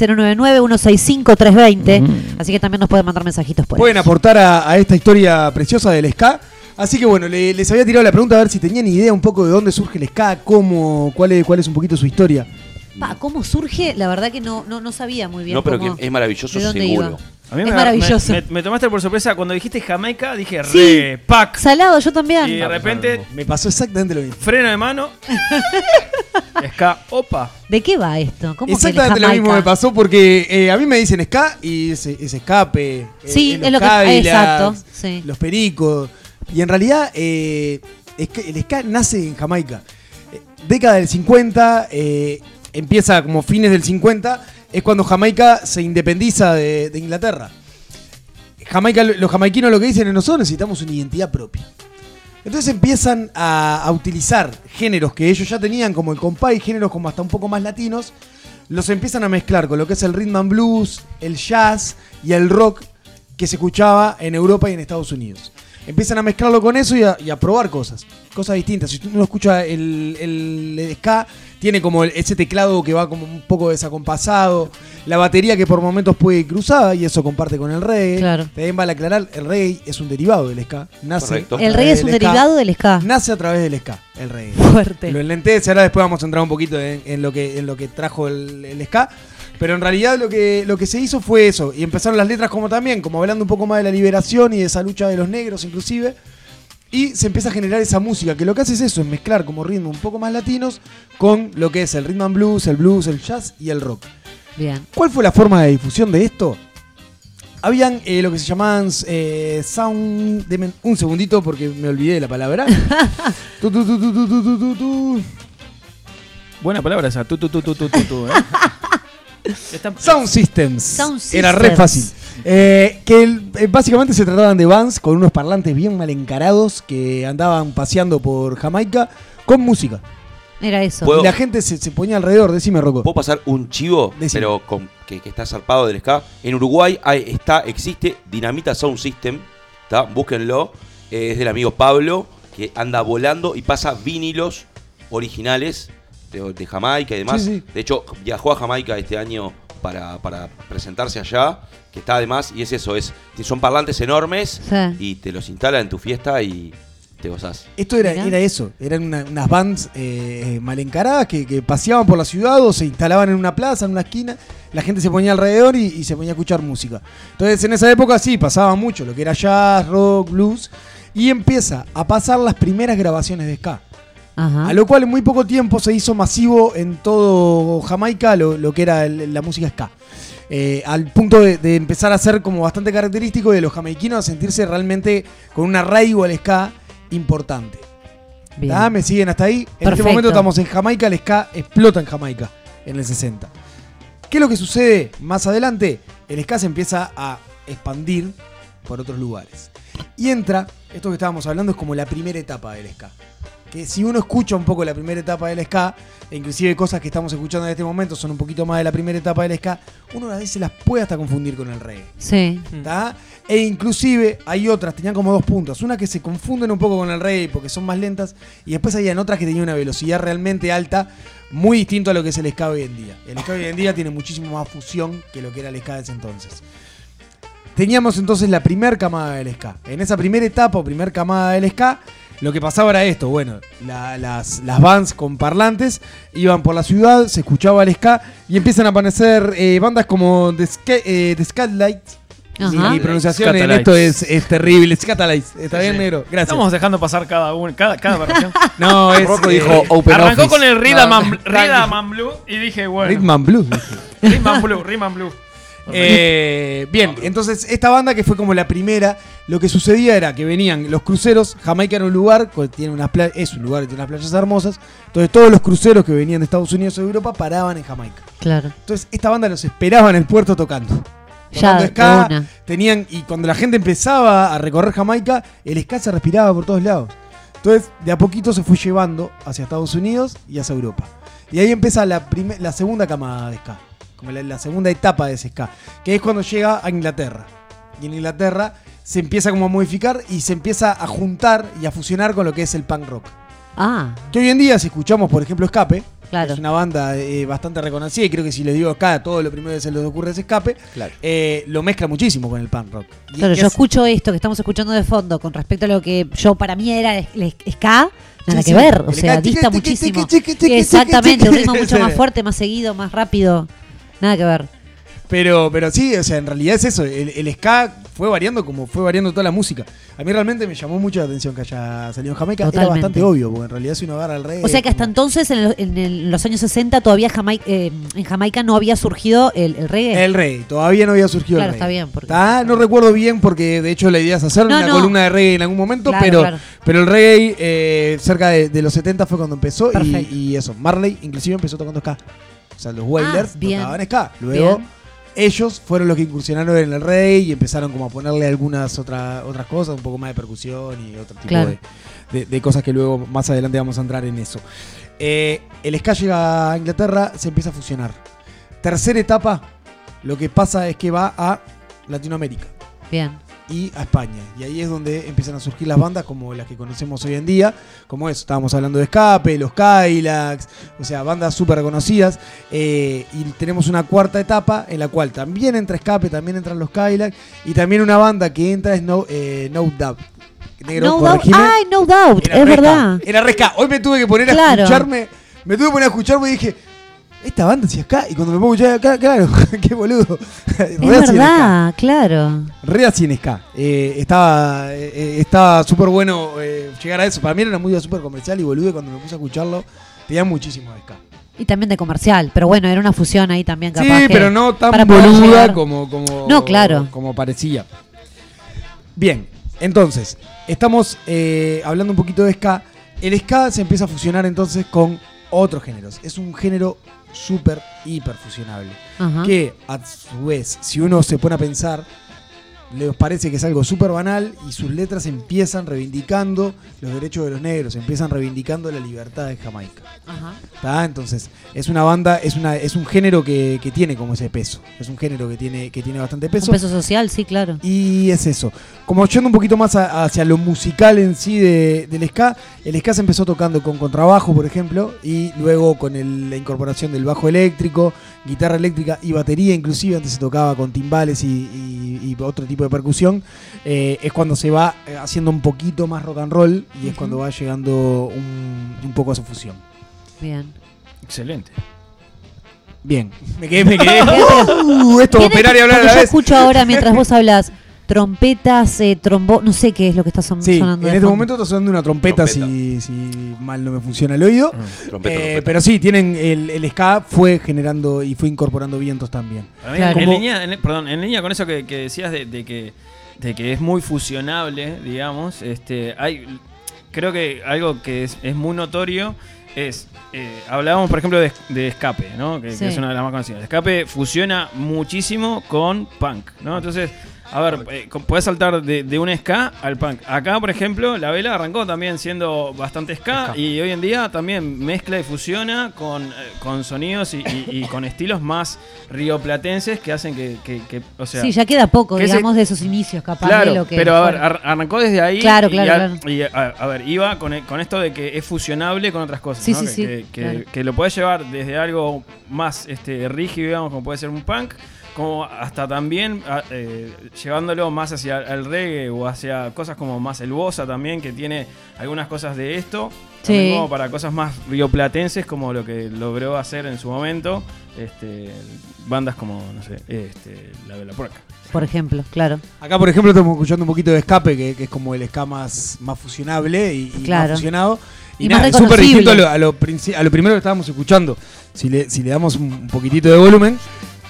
099-165-320. Mm. Así que también nos pueden mandar mensajitos por ahí. Pueden aportar a, a esta historia preciosa del ska. Así que bueno, le- les había tirado la pregunta a ver si tenían idea un poco de dónde surge el ska, cómo, cuál es, cuál es un poquito su historia. Pa, ¿Cómo surge? La verdad que no, no, no sabía muy bien. No, pero cómo- que es maravilloso, de dónde seguro. iba. A mí Es me- maravilloso. Me, me tomaste por sorpresa cuando dijiste Jamaica, dije Sí. re, pack. Salado, yo también. Y de repente, Me pasó exactamente lo mismo. freno de mano. Ska, opa. ¿De qué va esto? ¿Cómo que el Exactamente lo mismo Jamaica? me pasó porque eh, a mí me dicen ska y es, es escape. eh, Sí, es lo que- ah, Cadillacs, exacto, sí. Los pericos. Y en realidad eh, es que el ska nace en Jamaica. Eh, Década del 50, eh, empieza como fines del 50, es cuando Jamaica se independiza de, de Inglaterra. Jamaica, los jamaiquinos lo que dicen es nosotros necesitamos una identidad propia. Entonces empiezan a, a utilizar géneros que ellos ya tenían, como el compay, géneros como hasta un poco más latinos, los empiezan a mezclar con lo que es el rhythm and blues, el jazz y el rock que se escuchaba en Europa y en Estados Unidos. Empiezan a mezclarlo con eso y a, y a probar cosas, cosas distintas. Si uno escucha el, el, ska, tiene como el- ese teclado que va como un poco desacompasado, la batería que por momentos puede ir cruzada y eso comparte con el reggae. Claro. También vale aclarar, el reggae es un derivado del ska. Nace Correcto. a El través reggae es un ska. derivado del ska. Nace a través del ska, el reggae. Fuerte. Lo enlentece, ahora después vamos a entrar un poquito en, en lo, que, en lo que trajo el, el ska. Pero en realidad lo que, lo que se hizo fue eso. Y empezaron las letras como también, como hablando un poco más de la liberación y de esa lucha de los negros inclusive. Y se empieza a generar esa música, que lo que hace es eso, es mezclar como ritmo un poco más latinos con lo que es el rhythm and blues, el blues, el jazz y el rock. Bien. ¿Cuál fue la forma de difusión de esto? Habían eh, lo que se llamaban eh, sound. Deme un segundito porque me olvidé de la palabra. Tu, tu, tu, tu, tu, tu, tu, tu, tu. Buena palabra esa. Tú, tú, tú, tú, tú, tú, tú, ¿eh? Está- Sound Systems. Sound Era re systems. fácil. Eh, que el- eh, básicamente se trataban de vans con unos parlantes bien mal encarados que andaban paseando por Jamaica con música. Era eso. ¿Puedo? Y la gente se, se ponía alrededor, decime, Rocco. ¿Puedo pasar un chivo? Decime. Pero con, que, que está zarpado del ska. En Uruguay hay- está, existe Dinamita Sound System. ¿tá? Búsquenlo. Eh, es del amigo Pablo, que anda volando y pasa vinilos originales de, de Jamaica y demás. Sí, sí. De hecho, viajó a Jamaica este año para, para presentarse allá. Que está además, y es eso, es, son parlantes enormes Sí. y te los instala en tu fiesta y te gozás. Esto era, Mirá. era eso, eran una- unas bands eh, mal encaradas que, que paseaban por la ciudad o se instalaban en una plaza, en una esquina, la gente se ponía alrededor y, y se ponía a escuchar música. Entonces en esa época sí, pasaba mucho, lo que era jazz, rock, blues, y empieza a pasar las primeras grabaciones de ska. Ajá. A lo cual en muy poco tiempo se hizo masivo en todo Jamaica lo, lo que era el- la música ska. Eh, al punto de, de empezar a ser como bastante característico de los jamaiquinos a sentirse realmente con un arraigo al ska importante. Bien. ¿Tá? ¿Me siguen hasta ahí? En este Perfecto. momento estamos en Jamaica, el ska explota en Jamaica, en el 60. ¿Qué es lo que sucede más adelante? El ska se empieza a expandir por otros lugares. Y entra, esto que estábamos hablando es como la primera etapa del ska. Que si uno escucha un poco la primera etapa del ska, e inclusive cosas que estamos escuchando en este momento son un poquito más de la primera etapa del ska, uno a veces las puede hasta confundir con el reggae. Sí. ¿tá? E inclusive hay otras, tenían como dos puntas. Una que se confunden un poco con el rey porque son más lentas. Y después habían otras que tenían una velocidad realmente alta, muy distinto a lo que es el ska hoy en día. El ska hoy en día tiene muchísimo más fusión que lo que era el ska de ese entonces. Teníamos entonces la primer camada del ska. En esa primera etapa o primer camada del ska, lo que pasaba era esto. Bueno, la- las, las bands con parlantes iban por la ciudad, se escuchaba el ska y empiezan a aparecer eh, bandas como The, Ska- eh, The Scatlights. Ajá. Mi pronunciación en Scatolites. esto es, es terrible. Scatolites. Está bien, Sí. negro. Gracias. Estamos dejando pasar cada uno, cada, cada versión. No, es. Rocco eh, dijo Open Arrancó Office. con el Rhythm No, and- tranqui. Rhythm and Blue y dije, Rhythm bueno, and Blues. dije. Rhythm and Blue, Rhythm and Blue. Eh, bien, entonces esta banda que fue como la primera, lo que sucedía era que venían los cruceros, Jamaica era un lugar, que tiene unas pla- es un lugar que tiene unas playas hermosas, entonces todos los cruceros que venían de Estados Unidos o de Europa paraban en Jamaica. Claro. Entonces esta banda los esperaba en el puerto tocando. Ya, Tocando de ska, una. tenían, y cuando la gente empezaba a recorrer Jamaica, el ska se respiraba por todos lados. Entonces, de a poquito se fue llevando hacia Estados Unidos y hacia Europa. Y ahí empieza la, prime- la segunda camada de ska, como la, la segunda etapa de ese ska, que es cuando llega a Inglaterra. Y en Inglaterra se empieza como a modificar y se empieza a juntar y a fusionar con lo que es el punk rock. Ah, Que hoy en día, si escuchamos, por ejemplo, Escape, claro. es una banda eh, bastante reconocida y creo que si les digo acá, todo lo primero que se les ocurre es Escape, Claro. eh, lo mezcla muchísimo con el punk rock. Y Claro, es- yo escucho esto que estamos escuchando de fondo con respecto a lo que yo para mí era el el ska, nada que Sí, sí. ver, o El sea, ska, dista tiqui, tiqui, muchísimo. tiqui, tiqui, tiqui, Exactamente, un tiqui. ritmo mucho Sí. más fuerte, más seguido, más rápido, nada que ver. Pero, pero sí, o sea, en realidad es eso. El, el ska fue variando como fue variando toda la música. A mí realmente me llamó mucho la atención que haya salido en Jamaica. Era Totalmente. bastante obvio, porque en realidad si uno agarra al rey. O sea que hasta entonces, en, lo- en el- los años 60, todavía Jamai- eh, en Jamaica no había surgido el, el reggae. El rey, todavía no había surgido Claro, el rey. está bien, porque- Ah, no recuerdo bien porque de hecho la idea es hacer No, una no. columna de reggae en algún momento, Claro, pero, claro. pero el reggae eh, cerca de, de los 70 fue cuando empezó y, Perfecto. Ah, y eso. Marley inclusive empezó tocando ska. O sea, los Wailers bien. tocaban ska. Luego Bien. ellos fueron los que incursionaron en el reggae y empezaron como a ponerle algunas otra- otras cosas, un poco más de percusión y otro tipo Claro. de, de- de cosas que luego más adelante vamos a entrar en eso. Eh, el ska llega a Inglaterra, se empieza a fusionar. Tercera etapa, lo que pasa es que va a Latinoamérica Bien. y a España. Y ahí es donde empiezan a surgir las bandas como las que conocemos hoy en día, como eso, estábamos hablando de Escape, los Kylax, o sea, bandas súper reconocidas. eh, y tenemos una cuarta etapa en la cual también entra Escape, también entran los Kylax, y también una banda que entra es No, eh, no Doubt. Negro, No doubt. corregime. Ay, no doubt, Era es resca, verdad. Era resca. Hoy me tuve que poner a Claro. escucharme. Me tuve que poner a escucharme y dije, esta banda si acá. Y cuando me pongo ya acá, claro, qué boludo. Re Es hacían ska. verdad, claro. Re hacían ska. Eh, estaba eh, eh, estaba súper bueno eh, llegar a eso. Para mí era una música súper comercial y boludo. y Cuando me puse a escucharlo, tenía muchísimo de ska. Y también de comercial, pero bueno, era una fusión ahí también capaz. sí, que- pero no tan para poder boluda llegar. como, como, No, claro. como parecía. Bien, entonces, estamos eh, hablando un poquito de ska. El ska se empieza a fusionar entonces con otros géneros. Es un género súper, hiper fusionable. Ajá. Que a su vez, si uno se pone a pensar, les parece que es algo súper banal y sus letras empiezan reivindicando los derechos de los negros, empiezan reivindicando la libertad de Jamaica. Ajá. ¿Tá? Entonces, es una banda, es, una, es un género que, que tiene como ese peso. Es un género que tiene, que tiene bastante peso. Un peso social, sí, claro. Y es eso. Como yendo un poquito más a- hacia lo musical en sí de- del ska, el ska se empezó tocando con contrabajo, por ejemplo, y luego con el- la incorporación del bajo eléctrico, guitarra eléctrica y batería, inclusive antes se tocaba con timbales y, y- y otro tipo de percusión. Eh, es cuando se va eh, haciendo un poquito más rock and roll y es cuando va llegando un, un poco a su fusión. Bien. Excelente. Bien, me quedé, me quedé. Pero- Uh, esto ¿Quién es- operar y hablar a porque la yo vez. escucho ahora mientras vos hablas trompetas, eh, trombo, no sé qué es lo que está son- Sí, en sonando. de este fondo. momento está sonando una trompeta, Trompeta. Si, Ah, si mal no me funciona el oído. Trompeta, Eh, trompeta. Pero sí, tienen el, el ska fue generando y fue incorporando vientos también. Para mí, Claro. en, Como- línea, en- perdón, en línea con eso que, que decías de, de que, de que es muy fusionable, digamos, este, hay, creo que algo que es, es muy notorio es, eh, hablábamos por ejemplo de, de Escape, ¿no? que, que Sí. es una de las más conocidas. Escape fusiona muchísimo con punk, ¿no? entonces, a ver, eh, con- podés saltar de, de un ska al punk. Acá, por ejemplo, la vela arrancó también siendo bastante ska, y hoy en día también mezcla y fusiona con, eh, con sonidos y, y- y con estilos más rioplatenses que hacen que, que- que, o sea, sí, ya queda poco, que ese- digamos, de esos inicios, capaz de Claro, lo que. pero a ver, fueron. ar- arrancó desde ahí. Claro, y claro, a- claro. Y eh, a, a ver, iba con, e, con esto de que es fusionable con otras cosas. Sí, ¿no? sí, que, sí, que- que- claro. que lo puedes llevar desde algo más este, rígido, digamos, como puede ser un punk, como hasta también a- eh, llevándolo más hacia el reggae o hacia cosas como más el bossa también, que tiene algunas cosas de esto. también Sí. Como para cosas más rioplatenses, como lo que logró hacer en su momento este, bandas como, no sé, este, La Vela Puerca. Por ejemplo, claro. Acá, por ejemplo, estamos escuchando un poquito de escape, que, que es como el ska más, más fusionable y, y Claro. más fusionado. Y, Y nada, más es súper reconocible. distinto a lo, a lo princi- a lo primero que estábamos escuchando. Si le, si le damos un, un poquitito de volumen,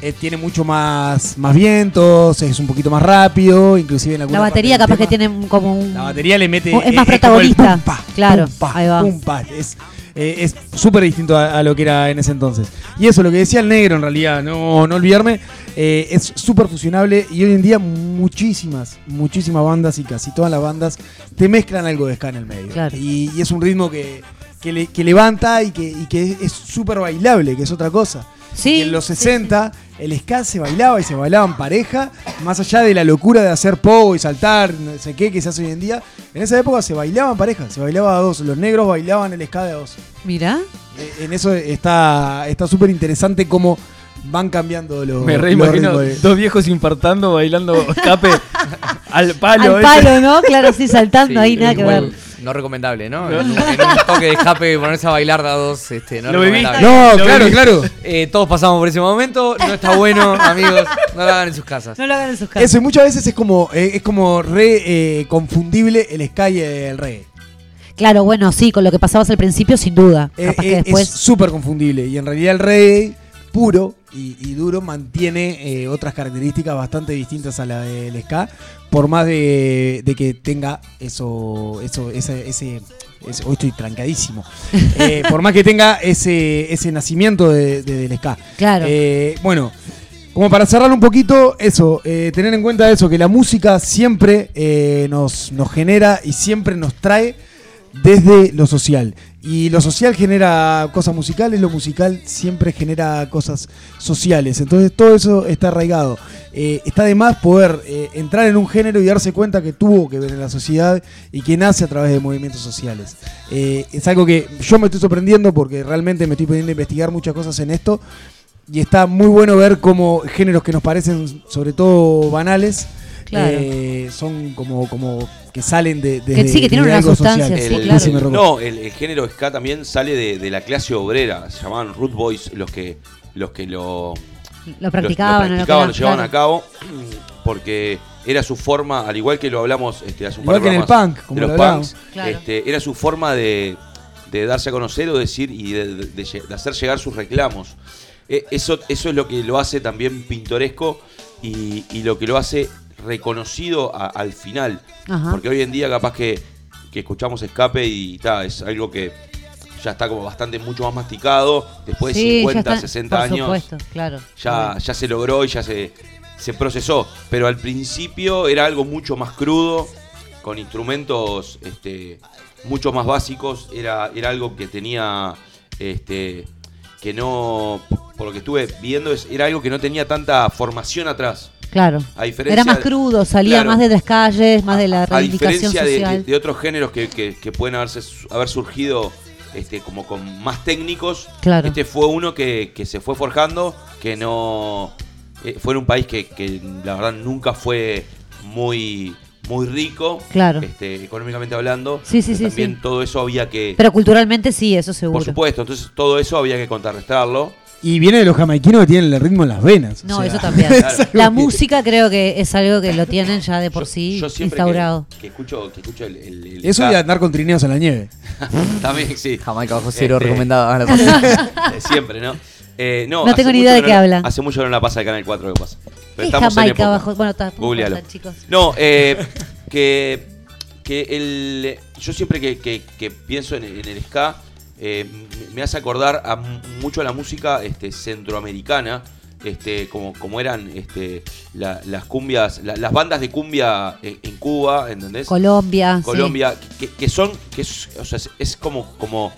eh, tiene mucho más, más vientos, es un poquito más rápido, inclusive en alguna La batería, parte capaz del tema. que tiene un- como un. La batería le mete. Es más como el protagonista. pum, pa, Claro, pum, pa, ahí va. pum, pa. Es, eh, es súper distinto a, a lo que era en ese entonces. Y eso, lo que decía el negro en realidad, no, no olvidarme, eh, es súper fusionable y hoy en día muchísimas, muchísimas bandas y casi todas las bandas te mezclan algo de ska en el medio. Claro. Y, y es un ritmo que, que, le- que levanta y que, y que es súper bailable, que es otra cosa. Sí, Y en los sí, 60 el ska se bailaba y se bailaba en pareja, más allá de la locura de hacer pogo y saltar, no sé qué, que se hace hoy en día. En esa época se bailaba en pareja, se bailaba a dos, los negros bailaban el ska de a dos. Mirá. Eh, En eso está está súper interesante cómo van cambiando los, Me los reimagino ritmos de- dos viejos infartando, bailando escape al palo. eh. Al ese. palo, ¿no? Claro, sí, saltando Sí, ahí, nada que igual, ver. No recomendable, ¿no? En un, en un toque de escape ponerse a bailar de a dos, este, no Lo recomendable. viviste. No, Lo claro, vi. claro. Eh, todos pasamos por ese momento, no está bueno, amigos, no lo hagan en sus casas. No lo hagan en sus casas. Eso, y muchas veces es como, eh, es como re eh, confundible el ska y el reggae. Claro, bueno, sí, con lo que pasabas al principio, sin duda. Eh, Capaz eh, que después. Es súper confundible. Y en realidad el reggae puro y, y duro mantiene eh, otras características bastante distintas a la del ska, por más de, de que tenga eso, eso, ese, ese, ese- hoy estoy trancadísimo. Eh, por más que tenga ese, ese nacimiento de- de- del ska. Claro. Eh, bueno, como para cerrar un poquito, eso, eh, tener en cuenta eso, que la música siempre eh, nos, nos genera y siempre nos trae desde lo social. Y lo social genera cosas musicales, lo musical siempre genera cosas sociales. Entonces todo eso está arraigado. Eh, está de más poder eh, entrar en un género y darse cuenta que tuvo que ver en la sociedad y que nace a través de movimientos sociales. Eh, es algo que yo me estoy sorprendiendo porque realmente me estoy poniendo a investigar muchas cosas en esto. Y está muy bueno ver cómo géneros que nos parecen sobre todo banales Claro. eh, son como, como que salen de... de Que sí, que tienen de una algo sustancia, social. sí, El- claro. Decime, Rocco. No, el, el género ska también sale de, de la clase obrera. Se llamaban root boys los que, los que lo, lo lo- lo practicaban, o practicaban, que lo llevaban claro. a cabo, porque era su forma, al igual que lo hablamos este, hace un par Igual que en el programas punk, como de lo los hablamos. punks, Claro. este, era su forma de, de darse a conocer o decir y de, de- de lle- de hacer llegar sus reclamos. Eh, eso, eso es lo que lo hace también pintoresco y, y lo que lo hace reconocido a- al final. Ajá. Porque hoy en día capaz que, que escuchamos escape y ta, es algo que ya está como bastante mucho más masticado, después Sí, de ya 50, están- 60 por años supuesto, claro. ya, ya se logró y ya se, se procesó. Pero al principio era algo mucho más crudo, con instrumentos este, mucho más básicos. Era, era algo que tenía. Este, que no. Por lo que estuve viendo, es- era algo que no tenía tanta formación atrás. Claro. A diferencia, Era más crudo, salía Claro. más de las calles, más de la a reivindicación diferencia de, social. de- de otros géneros que, que- que pueden haberse, su- haber surgido este, como con más técnicos, Claro. este fue uno que, que se fue forjando, que no... eh, fue en un país que, que la verdad nunca fue muy, muy rico, Claro. este, económicamente hablando. Sí, sí, pero sí, También sí. todo eso había que... Pero culturalmente sí, eso seguro. por supuesto, entonces todo eso había que contrarrestarlo. Y viene de los jamaiquinos que tienen el ritmo en las venas. o No, sea, eso también. es algo La que- música creo que es algo que lo tienen ya de por sí Yo siempre que- instaurado. Que, escucho, que escucho el... el- el Eso ska, de andar con trineos en la nieve. También, sí. Jamaica bajo cero Este, recomendado. Ah, no. Eh, Siempre, ¿no? Eh, no, No hace tengo ni mucho idea de no qué la- habla. Hace mucho no la pasa de Canal 4 que pasa. Pero Es estamos en Jamaica época. bajo- bueno, está, tampoco Googlealo. están, chicos. No, eh, que, que el, yo siempre que, que- que pienso en, en el ska, eh, me hace acordar a mu- mucho a la música este, centroamericana, este, como, como eran este, la- las cumbias, la- las bandas de cumbia en, en Cuba, ¿entendés? Colombia. sí. Colombia, que, que son, que es, o sea, es- es como, como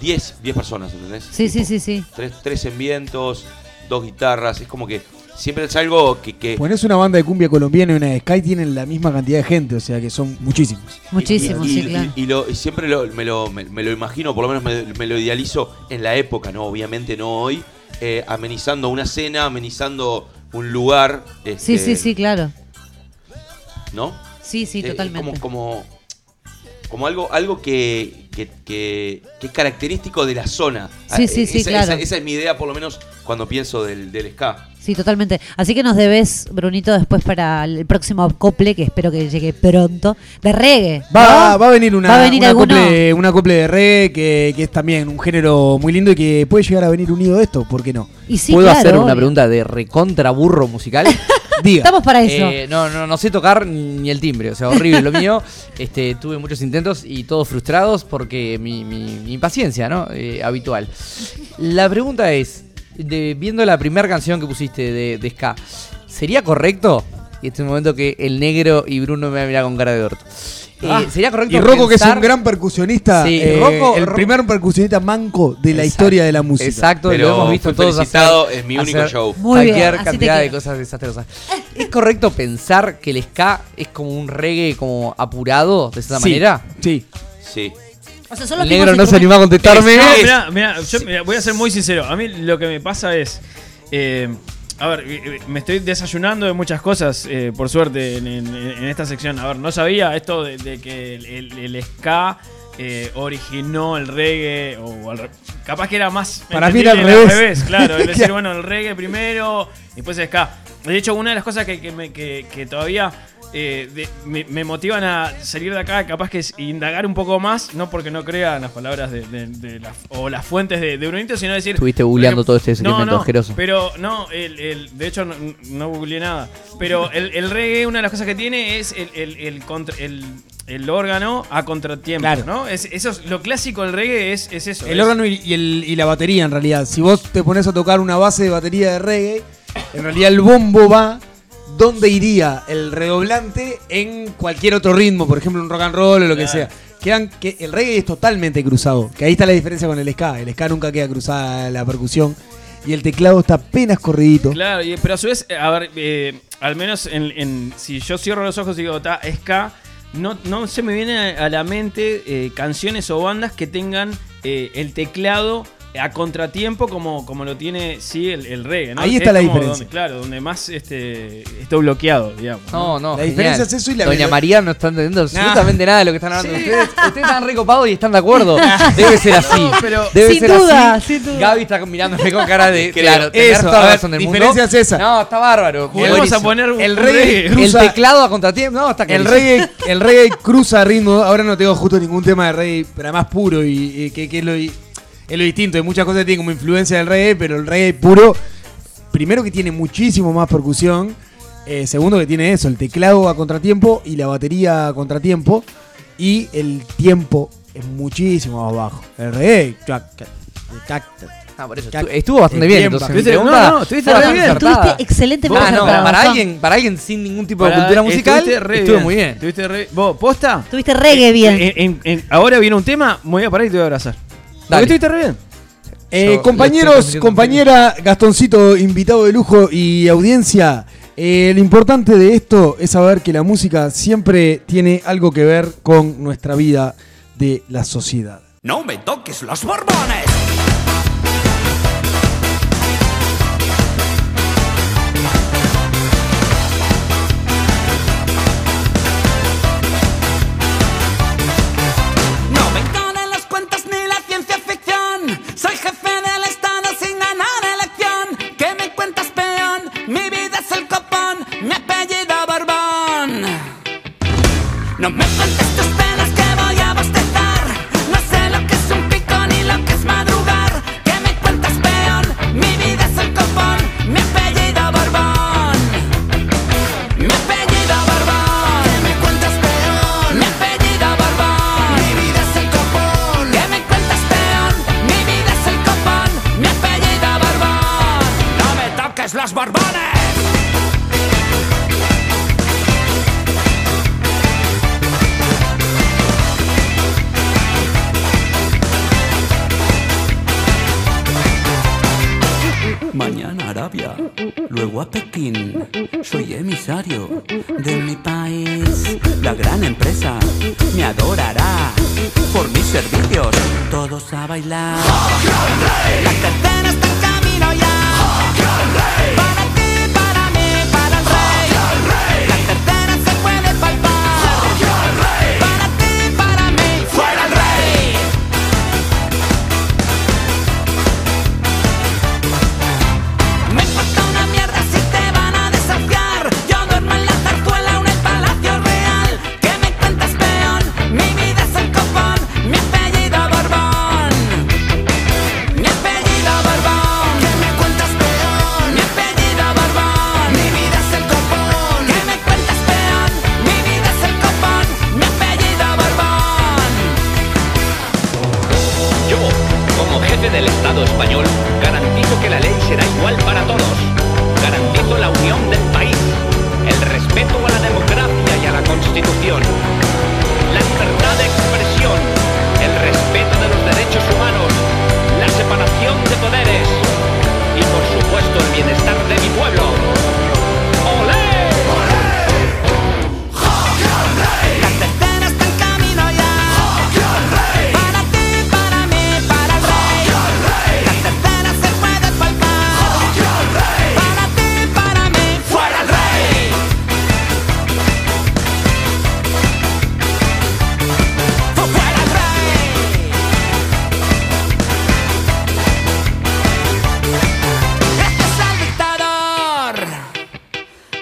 10, 10 personas, ¿entendés? Sí, sí, Tipo, sí, sí. Tres, tres en vientos, dos guitarras, es como que siempre es algo que... que Ponés una banda de cumbia colombiana y una de Sky tienen la misma cantidad de gente, o sea que son muchísimos. Muchísimo, y, sí, y- claro. y lo- y siempre lo- me, lo, me- me lo imagino, por lo menos me, me lo idealizo en la época, ¿no? Obviamente no hoy, eh, amenizando una cena, amenizando un lugar. Sí, este, sí, sí, claro. ¿No? Sí, sí, Eh, totalmente. Como, como, como algo, algo que, que, que- que es característico de la zona. Sí, sí, Eh, sí, esa, claro. esa- esa es mi idea, por lo menos, cuando pienso del, del ska. Sí, totalmente. Así que nos debes, Brunito, después para el próximo acople, que espero que llegue pronto, de reggae. Va, ¿no? va a venir una, ¿Va a venir una alguno? acople- un acople de reggae que, que es también un género muy lindo y que puede llegar a venir unido a esto, ¿por qué no? Y sí, ¿Puedo claro, hacer una obvio. pregunta de recontra burro musical? Diga. Estamos para eso. Eh, no, no, no sé tocar ni el timbre, o sea, horrible lo mío. Este, tuve muchos intentos y todos frustrados porque mi, mi- mi impaciencia, ¿no? Eh, habitual. La pregunta es, de- viendo la primera canción que pusiste de, de Ska, ¿sería correcto? Y este es el momento que el negro y Bruno me miran con cara de orto. Eh, Ah, ¿Sería correcto Ah, Y Rocco, que es pensar- un gran percusionista, Sí, eh, Rocco- el Rocco- primer percusionista manco de la Exacto, historia de la música. Exacto, Pero lo hemos visto fui todos felicitado, es mi único hacer show. Muy bien, cualquier así te cantidad de queda. cosas desastrosas. ¿Es correcto pensar que el ska es como un reggae como apurado de esa Sí, manera? Sí. Sí. O sea, son los el mismos negro no se anima a instrumentos. contestarme. No, mirá, mirá, yo mirá, voy a ser muy sincero. A mí lo que me pasa es. eh, a ver, eh, eh, me estoy desayunando de muchas cosas, eh, por suerte, en, en- en esta sección. A ver, no sabía esto de, de que el, el- el ska eh, originó el reggae. O al re- capaz que era más. Para mí entendible era al revés. Claro, es decir, Claro. bueno, el reggae primero, después el ska. De hecho, una de las cosas que, que me- que- que todavía eh, de- me, me motivan a salir de acá, capaz que es indagar un poco más, no porque no crea en las palabras de, de- de las- o las fuentes de, de Brunito, sino decir... Estuviste por ejemplo, googleando todo este segmento no, no, asqueroso. Pero no, el, el- de hecho no, no googleé nada. Pero el, el reggae, una de las cosas que tiene es el, el- el contra- el- el órgano a contratiempo, Claro. ¿no? Es, eso es- lo clásico del reggae es, es eso. El es- órgano y, y el- y la batería, en realidad. Si vos te pones a tocar una base de batería de reggae, en realidad el bombo va donde iría el redoblante en cualquier otro ritmo, por ejemplo, un rock and roll o lo que sea. Quedan que el reggae es totalmente cruzado, que ahí está la diferencia con el ska. El ska nunca queda cruzada la percusión y el teclado está apenas corridito. Claro, y- pero a su vez, eh, a ver, eh, al menos en, en- si yo cierro los ojos y digo, ta, es K, no, no se me vienen a, a la mente eh, canciones o bandas que tengan eh, el teclado a contratiempo como, como lo tiene, sí, el, el reggae, ¿no? Ahí Que está es la como diferencia. donde- claro, donde más este, está bloqueado, digamos. ¿no? No, no. La genial. diferencia es eso y la Doña velo- María no está entendiendo absolutamente nada de lo que están hablando. Sí. Ustedes, ustedes están recopados y están de acuerdo. Debe ser así. No, pero- Debe Sin ser duda, así. sin duda. Gaby está mirándome con cara de. claro, tener Eso, toda la a ver, razón del mundo. diferencia es esa. No, está bárbaro. Volvemos a buenísimo. poner un, El un reggae- El Cruza- teclado a contratiempo. No, está El clarísimo. reggae, el reggae cruza ritmo. Ahora no tengo justo ningún tema de reggae, pero más puro y, y que, que es, lo, di- es lo distinto. Hay muchas cosas que tienen como influencia del reggae, pero el reggae puro, primero que tiene muchísimo más percusión. eh, segundo que tiene eso, el teclado a contratiempo y la batería a contratiempo. Y el tiempo es muchísimo más bajo. El reggae, clac, clac, clac, clac. Ah, por eso. Estu- Estuvo bastante bien. Tiempo. Entonces, mi Estuviste- pregunta no, no, estuviste fue re bastante bien. acertada. Tuviste excelentemente Ah, no, acertado, para Juan. alguien, para alguien sin ningún tipo de Para- eh, cultura musical, estuviste re estuvo muy bien. Estuviste re- ¿Vos, posta? Tuviste reggae bien. En- en- en- ahora viene un tema, me voy a parar y te voy a abrazar. Dale. Porque estuviste re bien. Eh, Yo le estoy compañeros, convirtiendo en compañera, Gastoncito, invitado de lujo y audiencia, eh, lo importante de esto es saber que la música siempre tiene algo que ver con nuestra vida de la sociedad. No me toques los borbones. No me encaran las cuentas ni la ciencia ficción. Soy jefe del estado sin ganar elección. ¿Qué me cuentas, peón? Mi vida es el copón, mi apellido Borbón. No me cuentes tus penas que voy a bostezar No sé lo que es un pico ni lo que es madrugar ¿Qué me cuentas peón? Mi vida es el copón Mi apellido Borbón Mi apellido Borbón ¿Qué me cuentas peón? Mi apellido Borbón Mi vida es el copón ¿Qué me cuentas peón? Mi vida es el copón Mi apellido Borbón No me toques los Borbones Mañana a Arabia, luego a Pekín. Soy emisario de mi país. La gran empresa me adorará por mis servicios. Todos a bailar. La tercera está en camino ya. Para ti, para mí, para el rey. La tercera se puede palpar. Para ti, para mí, fuera el rey. Me importa una mierda Estado español, garantizo que la ley será igual para todos. Garantizo la unión del país, el respeto a la democracia y a la Constitución, la libertad de expresión, el respeto de los derechos humanos, la separación de poderes y, por supuesto, el bienestar de mi pueblo. ¡Olé! ¡Fuera el rey! Gracias al dictador.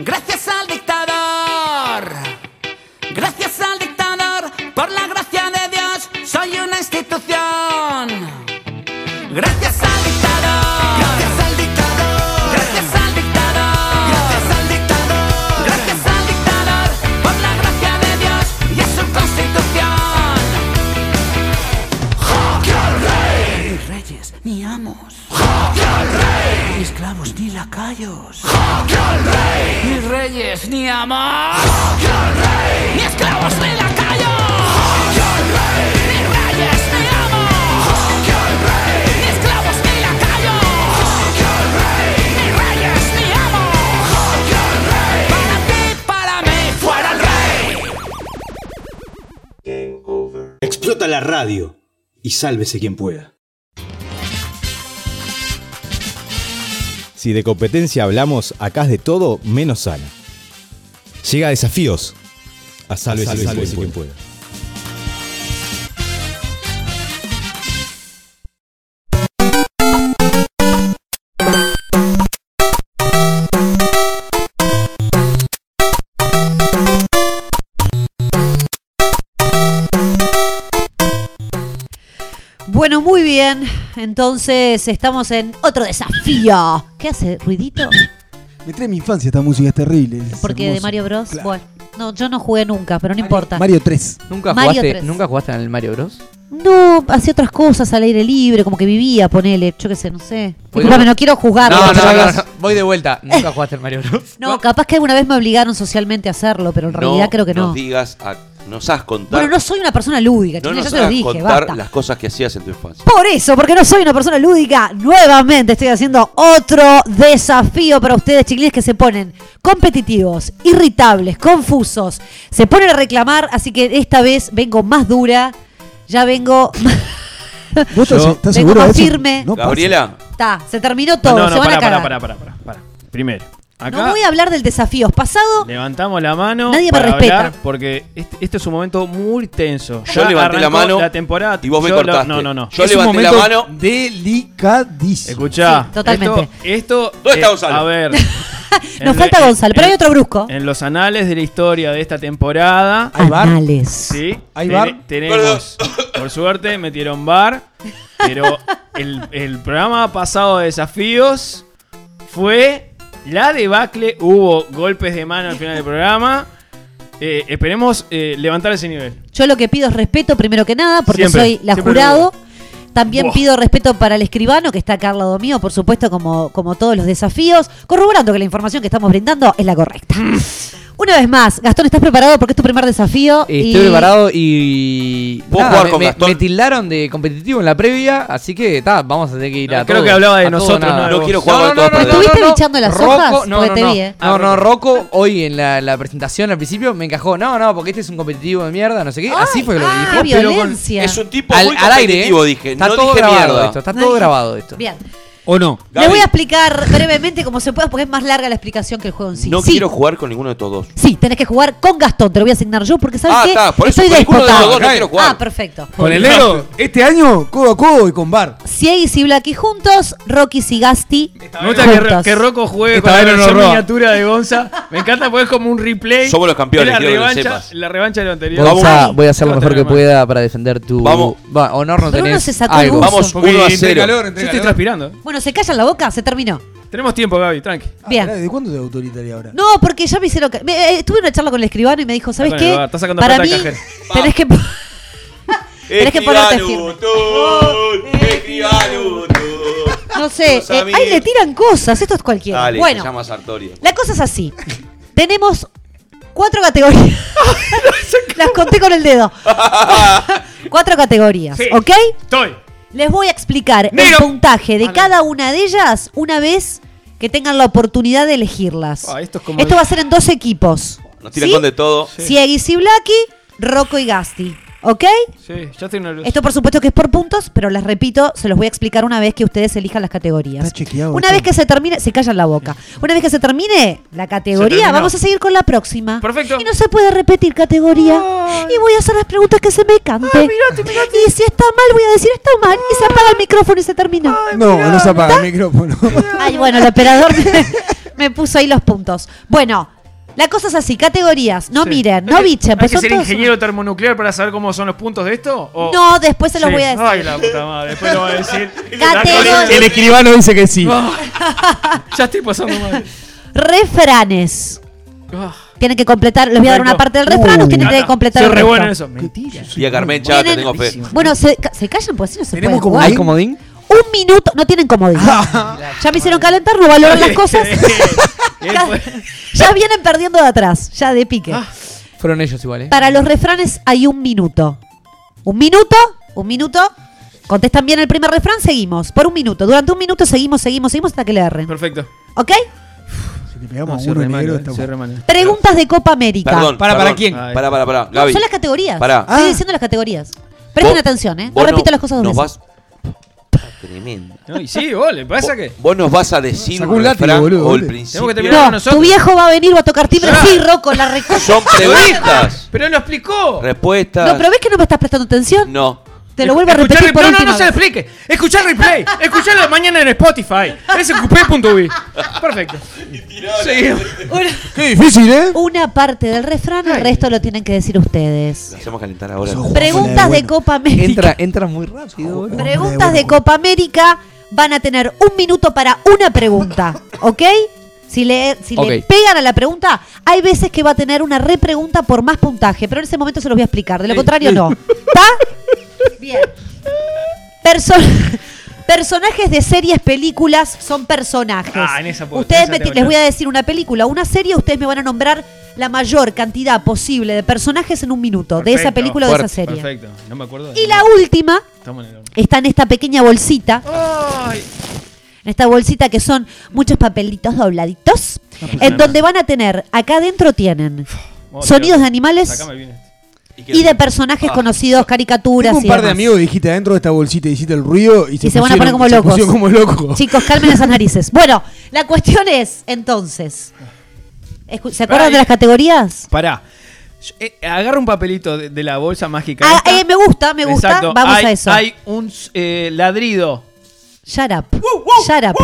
Gracias al dictador. Gracias al dictador. Por la gracia de Dios, soy una institución. Gracias al dictador. Gracias al dictador. Gracias al dictador. Gracias al dictador. Gracias al dictador. Por la gracia de Dios y a su constitución. ¡Jaque al rey! Ni reyes, ni amos. ¡Jaque al rey! Ni esclavos, ni lacayos. ¡Jaque al rey! Ni reyes, ni amos. ¡Jaque al rey! Ni esclavos, ni lacayos. ¡Jaque al rey! Ni reyes, ni amos. ¡Jaque al rey! Ni esclavos, ni lacayos. ¡Jaque al rey! Ni reyes, ni amos. ¡Jaque al rey! Para ti, para mí, fuera el rey. Explota la radio y sálvese quien pueda. Si de competencia hablamos, acá es de todo menos sana. Llega a desafíos. A sálvese, Sálvese quien quien pueda. Bueno, muy bien. Entonces estamos en otro desafío. ¿Qué hace? ¿Ruidito? Me trae mi infancia esta música, es terrible. es Porque de hermoso. Mario Bros. Claro. Bueno, no, yo no jugué nunca, pero no importa. Mario 3. ¿Nunca Mario jugaste, tres. ¿Nunca jugaste en el Mario Bros? No, hacía otras cosas al aire libre, como que vivía, ponele, yo qué sé, no sé. Voy Disculpame, de- no quiero jugar. No, no, pero- no, no, no, voy de vuelta. Nunca jugaste en Mario Bros. No, capaz que alguna vez me obligaron socialmente a hacerlo, pero en realidad creo que no. Nos digas, a- nos has contar. Bueno, no soy una persona lúdica, no chicos, nos yo te lo hagas dije, contar basta. las cosas que hacías en tu infancia. Por eso, porque no soy una persona lúdica, nuevamente estoy haciendo otro desafío para ustedes, chiquilines, que se ponen competitivos, irritables, confusos, se ponen a reclamar, así que esta vez vengo más dura, ya vengo, ¿Vos estás, Yo- Vengo estás seguro de más eso? firme. No pasa. Gabriela, está, se terminó todo, no, se no, van pará, a cagar. pará, pará, pará, pará, pará. Primero, acá No voy a hablar del desafío pasado, levantamos la mano Nadie me para respeta. hablar porque este, este es un momento muy tenso. Yo Ya levanté la arrancó mano la temporada y vos me Yo lo- cortaste. No, no, no. Yo Es un levanté la momento mano. Delicadísimo. Escuchá. Sí, totalmente. Esto, esto ¿Dónde está eh, Gonzalo? A ver. nos en- falta en- Gonzalo, pero en- hay otro brusco. En los anales de la historia de esta temporada, ¿Hay bar? Anales. sí, ¿Hay tene- bar? tenemos, por suerte, metieron bar, pero el, el programa pasado de desafíos fue la debacle, hubo golpes de mano al final del programa. Eh, esperemos eh, levantar ese nivel. Yo lo que pido es respeto, primero que nada, porque Siempre, soy la siempre jurado. También Buah. pido respeto para el escribano, que está acá al lado mío, por supuesto, como, como todos los desafíos, corroborando que la información que estamos brindando es la correcta. Mm. Una vez más, Gastón, ¿estás preparado? Porque es tu primer desafío. Estoy y- preparado y. Vos jugar me- con me, Gastón. me tildaron de competitivo en la previa, así que ta, vamos a tener que ir a. Creo todo, que hablaba de a todo, nosotros, nada. no de no vos. quiero No, jugar no, no, con todos no, para no, ¿Estuviste no. bichando las Rocco- hojas? No, Porque no, te no. vi, eh. No, no, Rocco hoy en la, la presentación al principio me encajó. No, no, porque este es un competitivo de mierda, no sé qué. Así fue lo que Ah, dijo. pero con- violencia. Es un tipo al, muy al aire. competitivo, eh. dije. Está no todo dije grabado mierda. esto, está todo grabado esto. Bien. ¿O no? Gaby, Le voy a explicar brevemente como se pueda, porque es más larga la explicación que el juego en sí. no sí, quiero jugar con ninguno de estos dos. sí, tenés que jugar con Gastón, te lo voy a asignar yo, porque ¿sabes Ah, qué? está, por eso, Estoy por ninguno de los despotada. dos no quiero jugar. Ah, perfecto. Con el negro, este año, codo a codo y con bar. Ciegis y Blacky juntos, Rocky y Gasti Me gusta que, Ro- juntos. que Rocco juegue Esta con la vez no nos versión roba. miniatura de Gonza. Me encanta porque es como un replay. Somos los campeones, Es la quiero que lo revancha, sepas. la revancha de lo anterior. Gonza, Vamos. voy a hacer lo No mejor que tenemos. pueda para defender tu. Vamos. Va, honor no Pero uno tenés. se sacó algo. el gusto. Vamos 1 a 0. Yo estoy transpirando. Bueno, se callan la boca, se terminó. Tenemos tiempo, Gaby, tranqui. Bien. Ah, ¿De cuándo te autoritaria ahora? No, porque ya me hicieron. ca- me- eh, Estuve en una charla con el escribano y me dijo, ¿sabes con el qué? bar, está sacando Para plata mí, del cajero". tenés que. po- tenés que ponerte firme. tú, escribano, tú. No sé, Los eh, amigos. ahí le tiran cosas, esto es cualquiera. Dale, bueno, se llama Sartori. la cosa es así. Tenemos cuatro categorías. Las conté con el dedo. cuatro categorías, Sí. ¿ok? Estoy. Les voy a explicar el Miro. Ah, puntaje de cada una de ellas una vez que tengan la oportunidad de elegirlas. Ah, esto es como- va a ser en dos equipos. Nos tiran con de todo. Siegis y Blacky, Rocco y Gasti. ¿Ok? Sí, ya estoy nervioso. Esto por supuesto que es por puntos, pero les repito, se los voy a explicar una vez que ustedes elijan las categorías. Una vez que se termine, se callan la boca. Una vez que se termine la Se categoría, terminó. vamos a seguir con la próxima. Perfecto. Y no se puede repetir categoría. Y voy a hacer las preguntas que se me cante. Y si está mal, voy a decir está mal. Y se apaga el micrófono y se termina. No, no se apaga el micrófono. Ay, bueno, el operador me, me puso ahí los puntos. Bueno, la cosa es así, categorías. No Sí. miren, ¿Hay no que- bichen. ¿Hay pues que son ser todos- ingeniero termonuclear para saber cómo son los puntos de esto? ¿O- No, después se los Sí. voy a decir. Ay, la puta madre. Después lo voy a decir. Categoría. El escribano dice que sí. ya estoy pasando mal. Refranes. Ah, Tienen que completar, les voy a dar una Perfecto. parte del refrán, ustedes tienen Nada, que completar soy el re bueno en resto. eso. Mentira. Y a Carmen Chá, te Tienen- tengo fe. Bueno, se, ca- se callan pues así no se puede ¿Tenemos jugar. comodín? comodín? Un minuto, no tienen comodín. ya me hicieron calentar, no valoran las cosas. Bien, pues. ya vienen perdiendo de atrás, ya de pique. Fueron ellos igual, ¿eh? Para los refranes hay un minuto. Un minuto, un minuto. Contestan bien el primer refrán, seguimos. Por un minuto. Durante un minuto seguimos, seguimos, seguimos hasta que le erren. Perfecto. ¿Ok? Si le No, pegamos soy a uno re malo, negro, eh, estamos- soy re malo. Preguntas de Copa América. Perdón. ¿Para- para perdón. quién? Ay. Para, para, para. No, Gaby. son las categorías. Pará. Estoy diciendo las categorías. Presten Vos- atención, ¿eh? No vos repito las cosas dos nos veces. vas... Tremendo. No, y sí, vos, ¿le pasa que? Vos nos vas a decir Sacó un un látigo, refrán boludo, o el boludo. principio. Tenemos que terminar No, con nosotros. tu viejo va a venir, va a tocar timbre. Ya. Sí, Rocco, la reconcha. Son preguntas. Pero él lo explicó. Respuestas. No, pero ves que no me estás prestando atención. No. Te lo vuelvo a Escuchá repetir el- por no, no, última no se lo vez. explique. Escuchá el replay. Escuchalo mañana en Spotify. Sqp.ubi. Perfecto. Seguimos. Qué difícil, ¿eh? Una parte del refrán, el resto lo tienen que decir ustedes. Lo hacemos calentar ahora. Sos Preguntas de bueno. Copa América. Entra, entra muy rápido, ¿eh? boludo. Preguntas de Copa América van a tener un minuto para una pregunta, ¿ok? Si le, si le Ok. pegan a la pregunta, hay veces que va a tener una repregunta por más puntaje, pero en ese momento se los voy a explicar. De lo contrario, no. ¿Está? Bien. Perso- personajes de series, películas, son personajes. Ah, en esa puedo- ustedes esa me ti- tengo les yo. voy a decir una película, una serie, ustedes me van a nombrar la mayor cantidad posible de personajes en un minuto, de esa Perfecto. película o de esa Fuerte. serie. Perfecto. No me acuerdo. de Y la nada. última Estamos en el horno. está en esta pequeña bolsita, Ay. en esta bolsita que son muchos papelitos dobladitos, Ah, pues en donde van a tener, acá adentro tienen Oh, sonidos Dios. de animales Sacame bien este. Ah, esto. y de personajes conocidos, caricaturas Tengo un y par de demás. amigos que dijiste adentro de esta bolsita hiciste el ruido y se, Y se van a pusieron- poner como se locos. pusieron como locos. Chicos, calmen esas narices. Bueno, la cuestión es, entonces, escu- ¿se acuerdan Ay. de las categorías? Pará. Yo, eh, agarra un papelito de, de la bolsa mágica. Ah, esta. eh, me gusta, me gusta. Exacto. Vamos hay, a eso. Hay un eh, ladrido. Shut up. Shut up.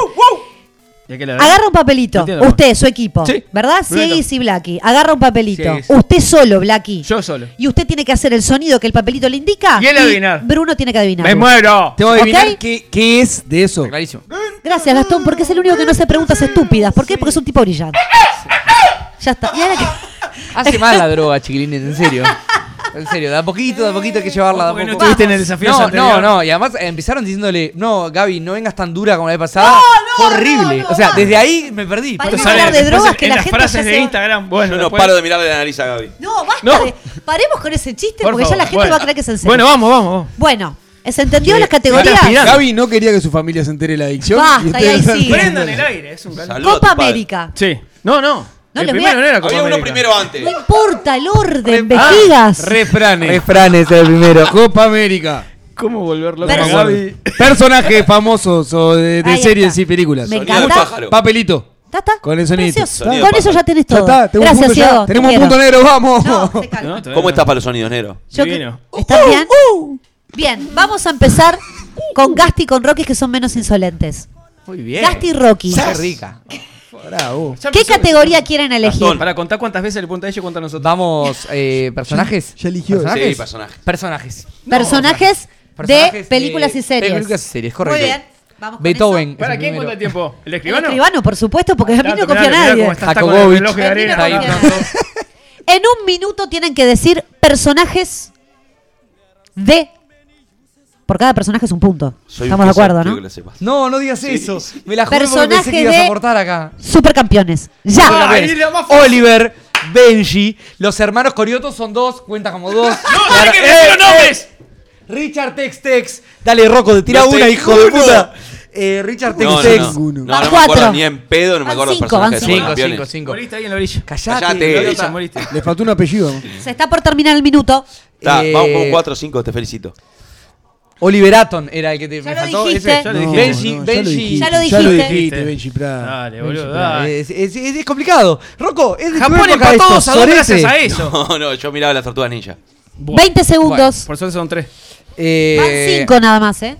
¿De qué ladrido? Agarra un papelito. Entiendo. Usted, su equipo. Sí. ¿Verdad? Perfecto. Siegis y Blacky. Agarra un papelito. Siegis. Usted solo, Blacky. Yo solo. Y usted tiene que hacer el sonido que el papelito le indica. Y él adivinar. Bruno tiene que adivinar. ¡Me muero! Tengo que adivinar ¿Ok? qué, qué es de eso. Está Clarísimo. Gracias, Gastón, porque es el único que no hace preguntas estúpidas. ¿Por qué? Porque es un tipo Eh, brillante. Ya está. Y ahora que- Hace mal la droga, chiquilines, en serio. En serio, de a poquito, de a poquito hay que llevarla. De a Porque no poco. estuviste en el desafío No, anterior. no, no. Y además eh, empezaron diciéndole, no, Gaby, no vengas tan dura como la vez pasada. Fue horrible. o sea, desde ahí me perdí. Pará. Esto Vamos a sale hablar de después drogas en- que en la las gente frases ya de se- Instagram. Bueno, Yo no después- paro de mirarle la nariz a Gaby. No, basta. No. de- Paremos con ese chiste Por porque ya favor. la gente Bueno. va a creer que es en serio. Bueno, vamos, vamos. vamos. Bueno, ¿se entendió las Ahora categorías? tirá. Gaby no quería que su familia se entere de la adicción. Basta, y ustedes- y ahí sí. Prendan el aire, es un calor. Salud. Saluda a tu Copa padre. América. Sí. No, no. No, el les voy primero a- no era Copa Había uno América. Ah. primero antes. No importa el orden, vejigas. Refranes. Refranes el primero. Copa América. ¿Cómo volverlo Pero- con Gaby? Personajes famosos o de, de Ahí series está. y películas. Me Sonido encanta. de pájaro. Papelito. ¿Está, está? Con el sonidito. Precioso. Sonido Con de eso papel. ya tenés Ya todo. está, tenemos un Gracias, punto, ya. Diego. te Tenemos un quiero. punto negro, vamos. No, se calma. No, todavía ¿Cómo no. estás para los sonidos, negro? Yo Divino. que- Uh, ¿Estás bien? Bien, vamos a empezar con Gasti y con Rocky, que son menos insolentes. Muy bien. Gasti y Rocky. Qué rica. Ya ¿Qué empezó. categoría quieren elegir? Gastón. Para contar uh. cuántas veces le pregunta a ella y cuántas a nosotros. Vamos, eh, personajes. Ya eligió. ¿Personajes? Sí, personajes. Personajes. Personajes, Personajes de películas y series. Películas y series, correcto. Muy bien. Vamos con Beethoven. eso. es ¿Para el quién primero. cuenta el tiempo? ¿El El escribano? escribano, por supuesto, porque a mí no Mirá, confía mirá, mirá nadie. cómo está, está con Jacobovich. el reloj de A mí no arena. Está ahí, confía no, no. nadie. En un minuto tienen que decir personajes de Por cada personaje es un punto. Soy un Estamos de pesado, acuerdo, quiero ¿no? que la sepas. No, no digas eso. Me la juro porque pensé que Personaje ibas a de aportar acá. supercampeones. Solo ¡Ya! Pérez. era más fácil. Oliver, Benji, los hermanos Coriotos son dos, cuenta como ¡No, dos. Claro. sabés que ¡Eh, me hicieron eh! nombres! Richard Tex Tex. Dale, Rocco, te tira No una, te hijo de juro. puta. Eh, Richard Tex No, no, Tex. no, no, no, Van me cuatro. acuerdo ni en pedo, no me Van acuerdo los cinco, van personajes de cinco. Cinco, campeones. cinco, cinco. Moriste ahí en la orilla. Cállate, Callate, idiota. Idiota, moriste. Le faltó un apellido. Se está por terminar el minuto. Ta, Vamos Eh, con 4 o 5, te felicito. Oliveraton era el que te Ya me lo faltó. dijiste. Ese. Ya lo dijiste. Benji, No, no, Benji. ya lo dijiste. Ya lo Ya lo dijiste. dijiste, Benji Prada. Dale, Benji boludo, Prada. dale. Es, es- es- es complicado. Rocco, es de tu Japón época empató 2 esto, a 2 gracias sorete. a eso. No, no, yo miraba las tortugas ninja. Buah. 20 segundos. Por suerte son 3. Eh, Van 5 nada más, ¿eh?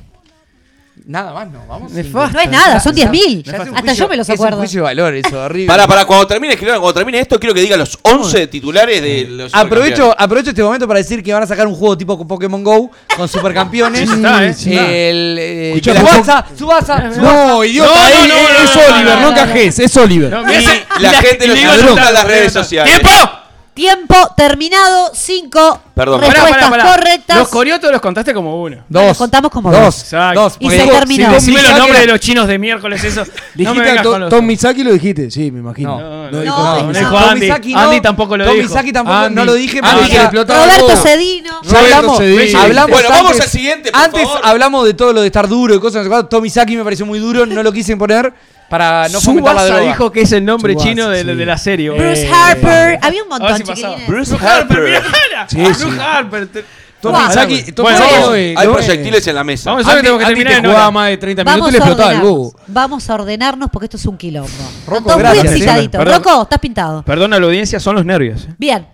Nada más, no, vamos. Nefasto. No es nada, son Ya- ya- 10.000. ya es un Hasta juicio- yo me los Es un acuerdo. juicio de valor eso, horrible. Para, para, cuando termine, escribano, cuando termine esto, quiero que diga los 11 titulares de los. Aprovecho, aprovecho este momento para decir que van a sacar un juego tipo Pokémon GO con supercampeones. Sí, está, ¿eh? El, eh, Escuchá, Subasa, Subasa, No, idiota, No, no, eh, no, no, es no, no, Oliver, no, no, no, cajes, es Oliver. No, Y mira, la gente nos le digo saluda yo, en las no, redes no, no. sociales. ¡Tiempo! Tiempo terminado, 5 Perdón. respuestas Pará, pará, pará. correctas. Los coriotos los contaste como uno. Dos. Los contamos como dos. dos. Exacto. Dos. Y porque se digo, terminó. si Decime Misaki los nombres era- de los chinos de miércoles, eso. No me Dijiste a vengas To- con los- Tom Misaki lo dijiste, sí, me imagino. No, no, No, no, dijo no, nada. no, Misaki. dijo Tom Andy. Misaki Andy tampoco lo Tom dijo. Misaki tampoco, Andy. no lo dije. Andy porque que le explotaba Roberto todo. Cedino. Ya hablamos, Roberto hablamos Bueno, vamos antes- al siguiente, por Antes favor. hablamos de todo lo de estar duro y cosas. no sé cuánto. Tommy Saki me pareció muy duro, no lo quise poner para no fomentar la Tsubasa droga. dijo que es el nombre Tsubasa, chino de, sí. de la serie. boludo. Bruce Harper. Había un A ver montón, si pasaba. chiquilines. Bruce Harper, mirá, Harper. mirá. Sí, Bruce sí. Harper. te- Tom Guau. Misaki, Tom Bueno, Misaki vamos, no es- Hay no es- proyectiles en la mesa. Vamos a Andy- ver, tenemos que Andy te terminar en jugaba hora. más de 30 minutos y Vamos a, le explotaba el ordenar, bobo. vamos a ordenarnos porque esto es un quilombo. Están Rocco, todos gracias, muy eh. excitaditos. Perdón. Rocco, estás pintado. Perdona la audiencia, son los nervios. Bien.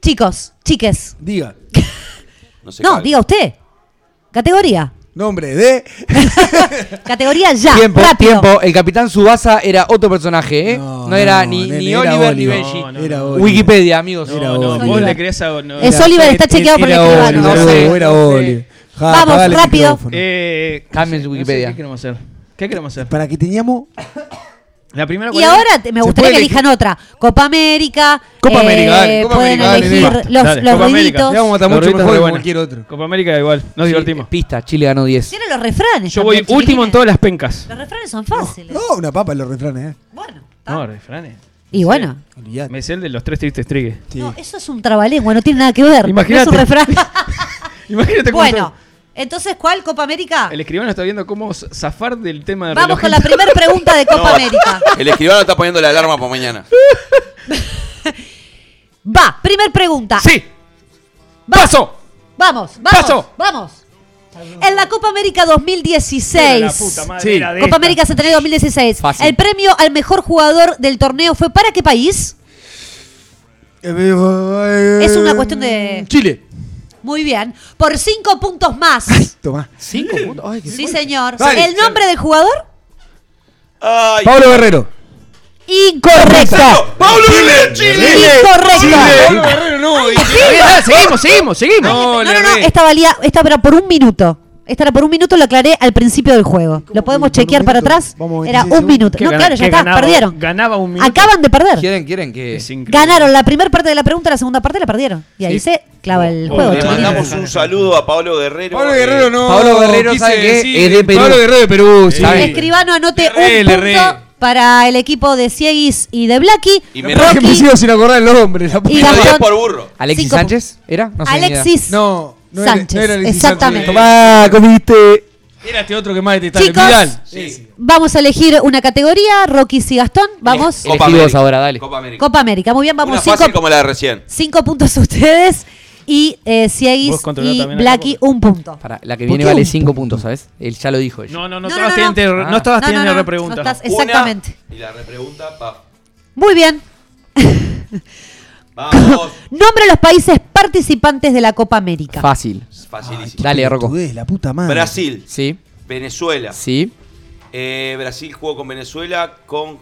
Chicos, chiques. Diga. No, se No, cague. diga usted. Categoría. Nombre de. Categoría ya. Tiempo, rápido. tiempo. El capitán Subasa era otro personaje, ¿eh? No, era ni, nene, ni era Oliver ni Oliver. Benji. No, no, Era no. Oliver. Wikipedia, amigos. No, Era no, Oliver. vos le crees a. no, Es no. Oliver, está chequeado por el Era escribano. Oliver, No sé, era no sé. Oliver. Ja, Vamos, apagale el rápido. micrófono. Eh, Cambien su no sé, Wikipedia. ¿Qué queremos hacer? ¿Qué queremos hacer? Para que teníamos. La primera Y cuál era? ahora te- me Se gustaría puede que elegir- elijan otra. Copa América. eh, Copa América, dale, Copa Pueden América, dale, elegir dale. los, Dale, los Copa América. ruiditos. Ya vamos a estar Los mucho Doritos mejor que de buena. cualquier otro. Copa América igual, nos Sí, divertimos. Pista, Chile ganó 10. Tienen los refranes. Yo voy también, último en chiquilines. todas las pencas. Los refranes son fáciles. No, una papa en los refranes, eh. Bueno. está. No, refranes. y bueno. Olvidate. Me sé el de los tres tristes trigues. Sí. No, eso es un trabalengua, no tiene nada que ver. Imagínate. No es un refrán. Imagínate cómo bueno, entonces, ¿cuál Copa América? está- El escribano está viendo cómo z- zafar del tema de Vamos reloj. con la primera pregunta de Copa No. América. El escribano está poniendo la alarma para mañana. Va, primer pregunta. ¡Sí! Va. ¡Paso! Vamos, vamos. Paso. Vamos. En la Copa América Pero 2016. la puta madre Sí. era de Copa esta. América Centenario 2016. Fácil. El premio al mejor jugador del torneo fue para qué país? Es una cuestión de- Chile. Muy bien. Por cinco puntos más. Tomá. ¿Cinco puntos? Ay, qué- Sí, señor. Dale. ¿El nombre del jugador? Ay, Pablo Guerrero. Incorrecto. ¡Pablo Guerrero, Chile! Incorrecto. Guerrero no. Ah, Seguimos, seguimos, seguimos. No, no, no. Esta valía, esta era por un minuto. Esta era por un minuto, lo aclaré al principio del juego. ¿Lo podemos que por un chequear para minuto? atrás? Vamos, Era 26 un minuto. Que No, gana- claro, ya que está, ganaba- perdieron. ganaba un minuto. Acaban de perder. ¿Quieren, quieren que.? Es increíble. Ganaron la primera parte de la pregunta, la segunda parte la perdieron. Y ahí Sí. se clava el Oh, juego. le Le chiquilines. mandamos un saludo a Pablo Guerrero. Pablo eh, Guerrero no. Pablo Guerrero, quise ¿sabe qué? decir, Es de Perú. Pablo Guerrero de Perú, sí. Está bien. Escribano anote Le erré, un le punto erré. para el equipo de Cieguis y de Blacky. Y me Pero es que me Rocky, sigo sin acordar el nombre. La Y puta. la- Lo dio por burro. ¿Alexis Cinco Sánchez? ¿Era? No sé ni idea. Alexis No, no era- Sánchez. no era Alexis Exactamente. Sánchez. Tomá, comiste. Era este otro que más detestaba. Chicos, Vidal. vamos a elegir una categoría. Rocky y Gastón, vamos. Elegí vos América. ahora, dale. Copa América. Copa América, muy bien, vamos. Una Cinco, fácil como la de recién. cinco puntos ustedes. Y eh, Cieguis Vos controlá y también la Blacky, un punto. Para, la que ¿Por viene qué vale un 5 puntos, ¿sabes? Él ya lo dijo. ella. No, no, No, no, todas no, tienen, no. re- Ah. no todas No, tienen no, no, repregunta. no estás- Exactamente. Una, y la repregunta va. Muy bien. Vamos. Nombre los países participantes de la Copa América. Fácil. Facilísimo. Dale, Rocco. Portugués, la puta madre. Brasil, Sí, Venezuela. sí. Eh, Brasil jugó con Venezuela, con.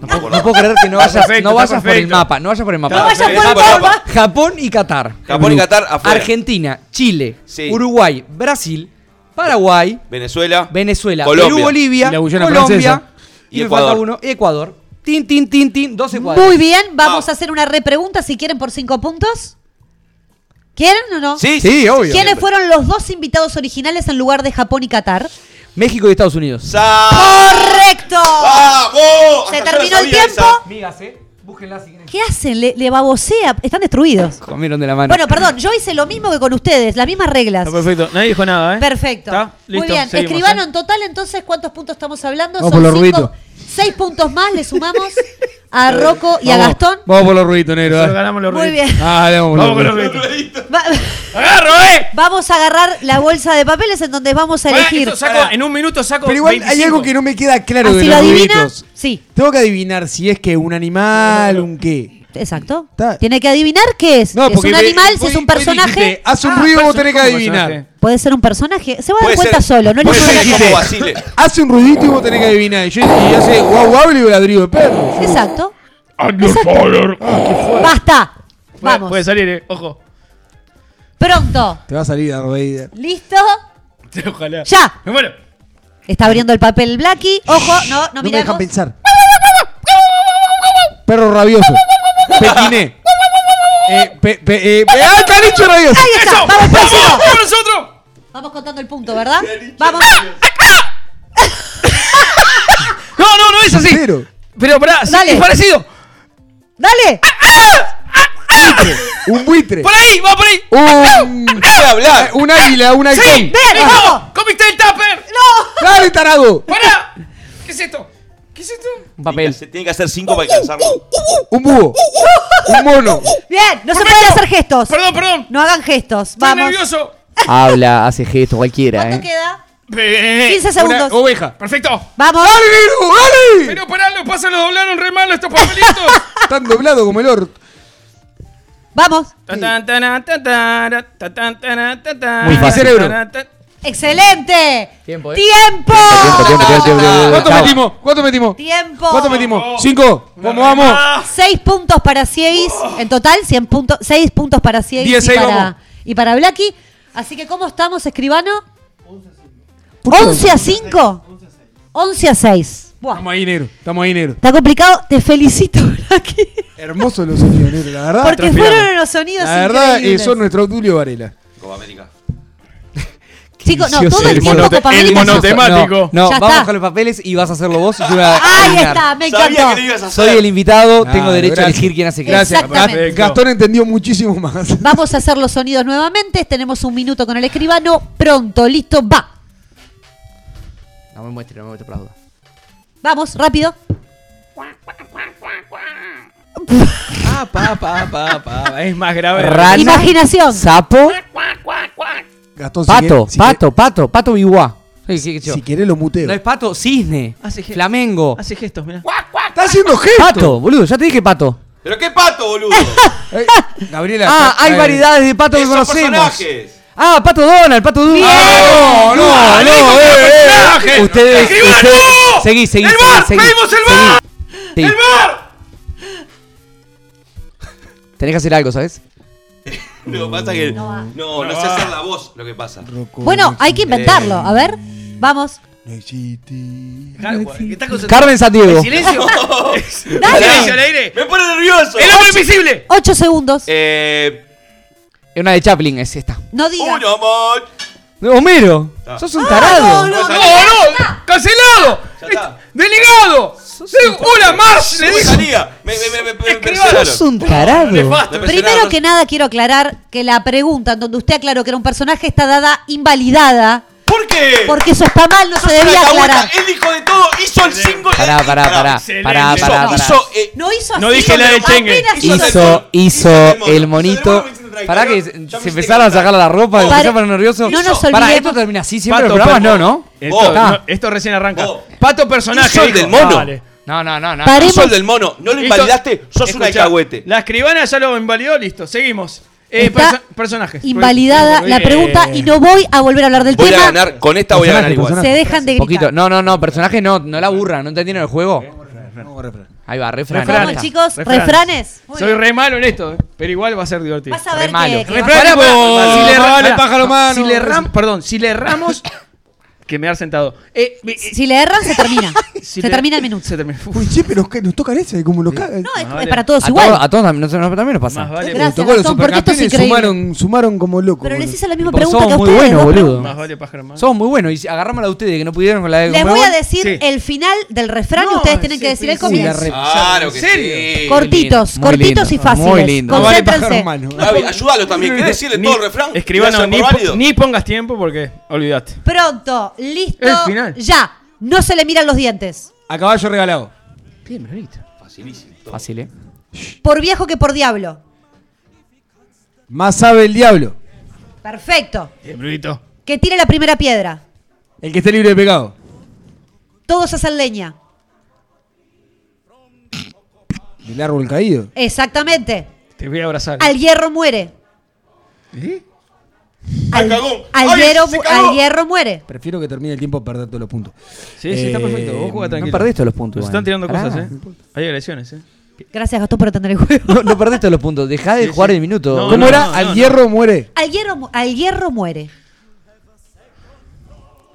No me No acuerdo. puedo creer que no Está vayas, perfecto, no está vayas por el perfecto. mapa. No vayas por el mapa. eh, No vayas por el Japón, mapa. Japón. Japón y Qatar. Japón y Qatar afuera. Argentina, Chile, Sí. Uruguay, Brasil, Paraguay, Venezuela. Venezuela, Colombia. Perú, Bolivia, Y la Guyana Colombia Francesa. y, Y me falta Ecuador. uno, Ecuador. Tin, tin, tin, tin, 12 cuadros. Muy bien, vamos Ah. a hacer una repregunta si quieren por cinco puntos. ¿Quieren o no? Sí, Sí, sí, obvio. ¿Quiénes Siempre. fueron los dos invitados originales en lugar de Japón y Qatar? México y Estados Unidos. ¡Correcto! ¡Vamos! Se terminó el tiempo. Migas, eh. Búsquenla si quieren. ¿Qué hacen? Le, le babosea. Están destruidos. Comieron de la mano. Bueno, perdón, yo hice lo mismo que con ustedes, las mismas reglas. Está perfecto. Nadie dijo nada, ¿eh? Perfecto. Está, listo, Muy bien, seguimos, escribano ¿eh? en total, entonces, ¿cuántos puntos estamos hablando? Vamos por los cinco- rubitos. seis puntos más, le sumamos a Rocco y a Vamos- Gastón. Vamos por los ruiditos, negro. Nosotros ganamos los Muy ruiditos. bien. Ah, dale, vamos, Vamos por con los los ruiditos. ruiditos. Va- ¡Agarro, eh! vamos a agarrar la bolsa de papeles en donde vamos a Pará, elegir. esto saco- en un minuto saco. Pero igual hay 25. algo que no me queda claro de Así lo los adivina. ruiditos. Sí, Tengo que adivinar si es que un animal, un qué. exacto. Está- Tiene que adivinar qué es. Si es un ve- animal, si vos- es un vos dijiste, personaje. Haz un Ah, ruido, vos perso- tenés que ¿cómo adivinar. personaje? Puede ser un personaje. Se va a dar Puede cuenta ser- solo, no le puede pongo ser la como cara. Basile. Hace un ruidito y vos tenés que adivinar. Y, yo, y hace guau guau y le digo ladrido de perro. Exacto. Exacto. Basta. Puede, Vamos. puede salir, eh. Ojo. Pronto. Te va a salir Darth Vader. ¿Listo? Ojalá. Ya. Me muero. Está abriendo el papel Blacky. Ojo, no, no No me dejan miramos. pensar. Perro rabioso. Pequiné. Eh, pe, pe, eh, pe- ¡Ah, canicho rabioso! Ahí está. ¡Eso! Vamos, próximo. ¡Vamos nosotros! Vamos contando el punto, ¿verdad? Vamos. No, no, no es así. Cero. Pero pará, sí, Dale. es parecido. Ah, Dale. Un buitre. Por ahí, va por ahí. Un, ¡Deja de Ah, hablar! un águila, un halcón. ¡Sí! Vean, ¡Vamos! Ah, vamos. ¡Comiste el tupper! ¡Dale, tarado! ¡Pará! ¿Qué es esto? ¿Qué es esto? Un Tiene papel. que- tiene que hacer cinco para alcanzarlo. Un búho. uh. Un mono. Bien, no se Perfecto. pueden hacer gestos. Perdón, perdón. No hagan gestos. Estoy Vamos. nervioso. Habla, hace gesto, cualquiera, ¿Cuánto eh. queda? Be- 15 segundos. oveja. Perfecto. Vamos. ¡Dale, negro! ¡Dale! Pero pará, los pasos los doblaron re mal estos papelitos. Tan doblado como el or. Vamos. Tan, tan, tan, tan, tan, tan, tan, tan, tan, tan. Muy fácil. Tan, Cerebro. tan, tan. Excelente. Tiempo, eh. Tiempo. Tiempo, tiempo, tiempo, tiempo, tiempo. ¿Cuánto Chao. metimos? ¿Cuánto metimos? Tiempo. ¿Cuánto Oh. metimos? ¿Cinco? ¿Cómo vamos? Ah, Seis puntos para Ciegis. Oh. En total, 100 puntos. Seis puntos para Ciegis y Dieciséis, vamos. para, y para Blacky. Así que, ¿cómo estamos, escribano? 11 a 5. 11 a 6. Estamos ahí, negro. Estamos ahí, negro. Está complicado. Te felicito, Blacky. Hermoso los sonidos, negro, la verdad. Porque transpiramos. fueron unos sonidos La verdad, eh, increíbles. son nuestro Tulio Varela. Copa América. Chicos, no, delicioso todo el el tiempo monote- Copa el América. monote- Temático. No, Ya no, vamos está. a dejar los papeles y vas a hacerlo vos. Yo voy a Ahí adivinar. está, me Sabía encantó. Ah, que lo ibas a hacer. Soy el invitado, tengo Claro, derecho a Ah, gracias. elegir quién hace qué. Gracias. Exactamente. Gast- Gastón entendió muchísimo más. Vamos a hacer los sonidos nuevamente. Tenemos un minuto con el escribano. Pronto, listo, va. No me muestre, no me muestre por la duda. Vamos, rápido. Ah, pa, pa, pa, pa. Es más grave. Rana. Imaginación. Sapo, Gastón, si pato, quiere- si pato, pato, pato biguá. Sí, sí, quiere- yo. Si querés lo muteo. No es pato, cisne, Hace ge- flamengo, Hace gestos, mirá. ¡Está haciendo gesto! pato, boludo, ya te dije pato. ¡Pero qué pato, boludo! Eh, Gabriela. Ah, está- hay eh, variedades de pato que ¡Esos conocemos. personajes! Ah, pato Donald, pato Donald. No, Ah, no, no, eh, eh. Ustedes, ¡Escribano! ustedes, seguí, seguí, ¡El seguí, bar! seguí, ¡Pedimos el seguí. bar! Sí, ¡El bar! Tenés que hacer algo, ¿sabes? Lo que pasa es que. va. No, no sé hacer la voz lo que pasa. Bueno, hay que inventarlo. A ver, vamos. No existe. Hardware, está concentrado. Carmen Santiago. Silencio. Silencio al Dale. aire. ¡Me pone nervioso! ¡El hombre invisible! Ocho segundos. Eh. Es una de Chaplin, es esta. No digas. Uno, mon. Homero, Ah. sos un tarado. no, Vos no, ¡No, salí- no! ¡Cancelado! Ya Eh, está. ¡Denegado! ¡Hola, Marsh! Le vos dijo. salía. Me, me, me, me, me, Escribano. Sos un tarado. me Primero que nada quiero aclarar que la pregunta en donde usted aclaró que era un personaje está dada invalidada ¿Por qué? porque eso está mal, no se Era debía la vuelta, aclarar. Él dijo de todo, hizo el single. Pará, pará, pará. Excelente. Pará, Hizo, pará, pará. hizo, eh, No hizo así. No dije la del Schengen. apenas Hizo- así. Hizo, hizo Hizo el el mono. monito. Hizo el mono, Pará que ya me se, hiciste empezaron a cantar. sacar la ropa, se Pará. empezaron a poner nerviosos. No nos Pará, olvidemos. esto termina así siempre Pato, los programas, no, Pato. ¿no? Esto, Vos. no, esto recién arranca. Vos. Pato personaje. Hizo el dijo. del mono. Vale. No, no, no, no. Paremos. Sos el del mono, no lo Listo. invalidaste, sos un Escuchá, alcahuete. La escribana ya lo invalidó, listo. Seguimos. Eh, Está perso- personajes. Invalidada la Eh, pregunta y no voy a volver a hablar del Voy a tema. ganar, con esta voy a ganar igual. Se dejan de Poquito. gritar. No, no, no, personaje no, no la burra, no entendieron el juego. Ahí va, refrán. Refranes. Vamos, chicos, refranes. Muy Soy bien. re malo en esto, eh, pero igual va a ser divertido. Vas a ver Re malo. que- que Re vas a- Pará, pará, pará, pará. Si le Vale, pará, pájaro no, mano. Si le ram- perdón, si le erramos, que me ha sentado. Eh, eh, Si le erran, se termina. se si le- termina el minuto. Se termina. Uf, Uy, che, pero que nos tocan ese, como nos cagan. No, es, vale. es para todos A, igual. todos- a todos también, nos- nos- también nos pasa. más vale, Gracias, Tocó los Gastón, porque esto es supercampeones, increíble. sumaron, sumaron como locos. Pero les boludo. hice la misma Porque pregunta somos que a muy ustedes. buenos, dos boludo. más vale pájaro en mano. Somos muy buenos. Y si- agarrámosla a ustedes, que no pudieron con la de Les voy a decir Sí. el final del refrán y No, ustedes tienen sí, que decir el sí, sí, comienzo. la re- Claro que ¿En serio? sí. cortitos, Muy lindo, cortitos y muy fáciles. lindo. No vale pájaro Concéntrense. hermano. Gaby, ayúdalo también. ¿Querés decirle Ni- todo el refrán? Escribano, ¿Lo hace ni, por po- válido? ni pongas tiempo porque olvidate. Pronto, listo, El final. ya. No se le miran los dientes. A caballo regalado. Bien, Manolito. Facilísimo. Fácil, ¿eh? Por viejo que por diablo. Más sabe el diablo. Perfecto. Bien, Brunito. Que tire la primera piedra. El que esté libre de pecado. Todos hacen leña. El árbol caído. Exactamente. Te voy a abrazar. Al hierro muere. ¿Eh? Al, cagón. al Ay, hierro, se mu- cagó. al hierro muere. Prefiero que termine el tiempo para perder todos los puntos. Sí, sí, está Eh, perfecto. Vos jugá no tranquilo. perdés todos los puntos, Nos Iván. están tirando Pará. cosas, ¿eh? Hay agresiones, ¿eh? Gracias, Gastón, por atender el juego. No, no perdés todos los puntos. Dejá de Sí, jugar sí. el minuto. No, ¿Cómo no, era? no, Al no. hierro muere. Al hierro, mu- al hierro muere.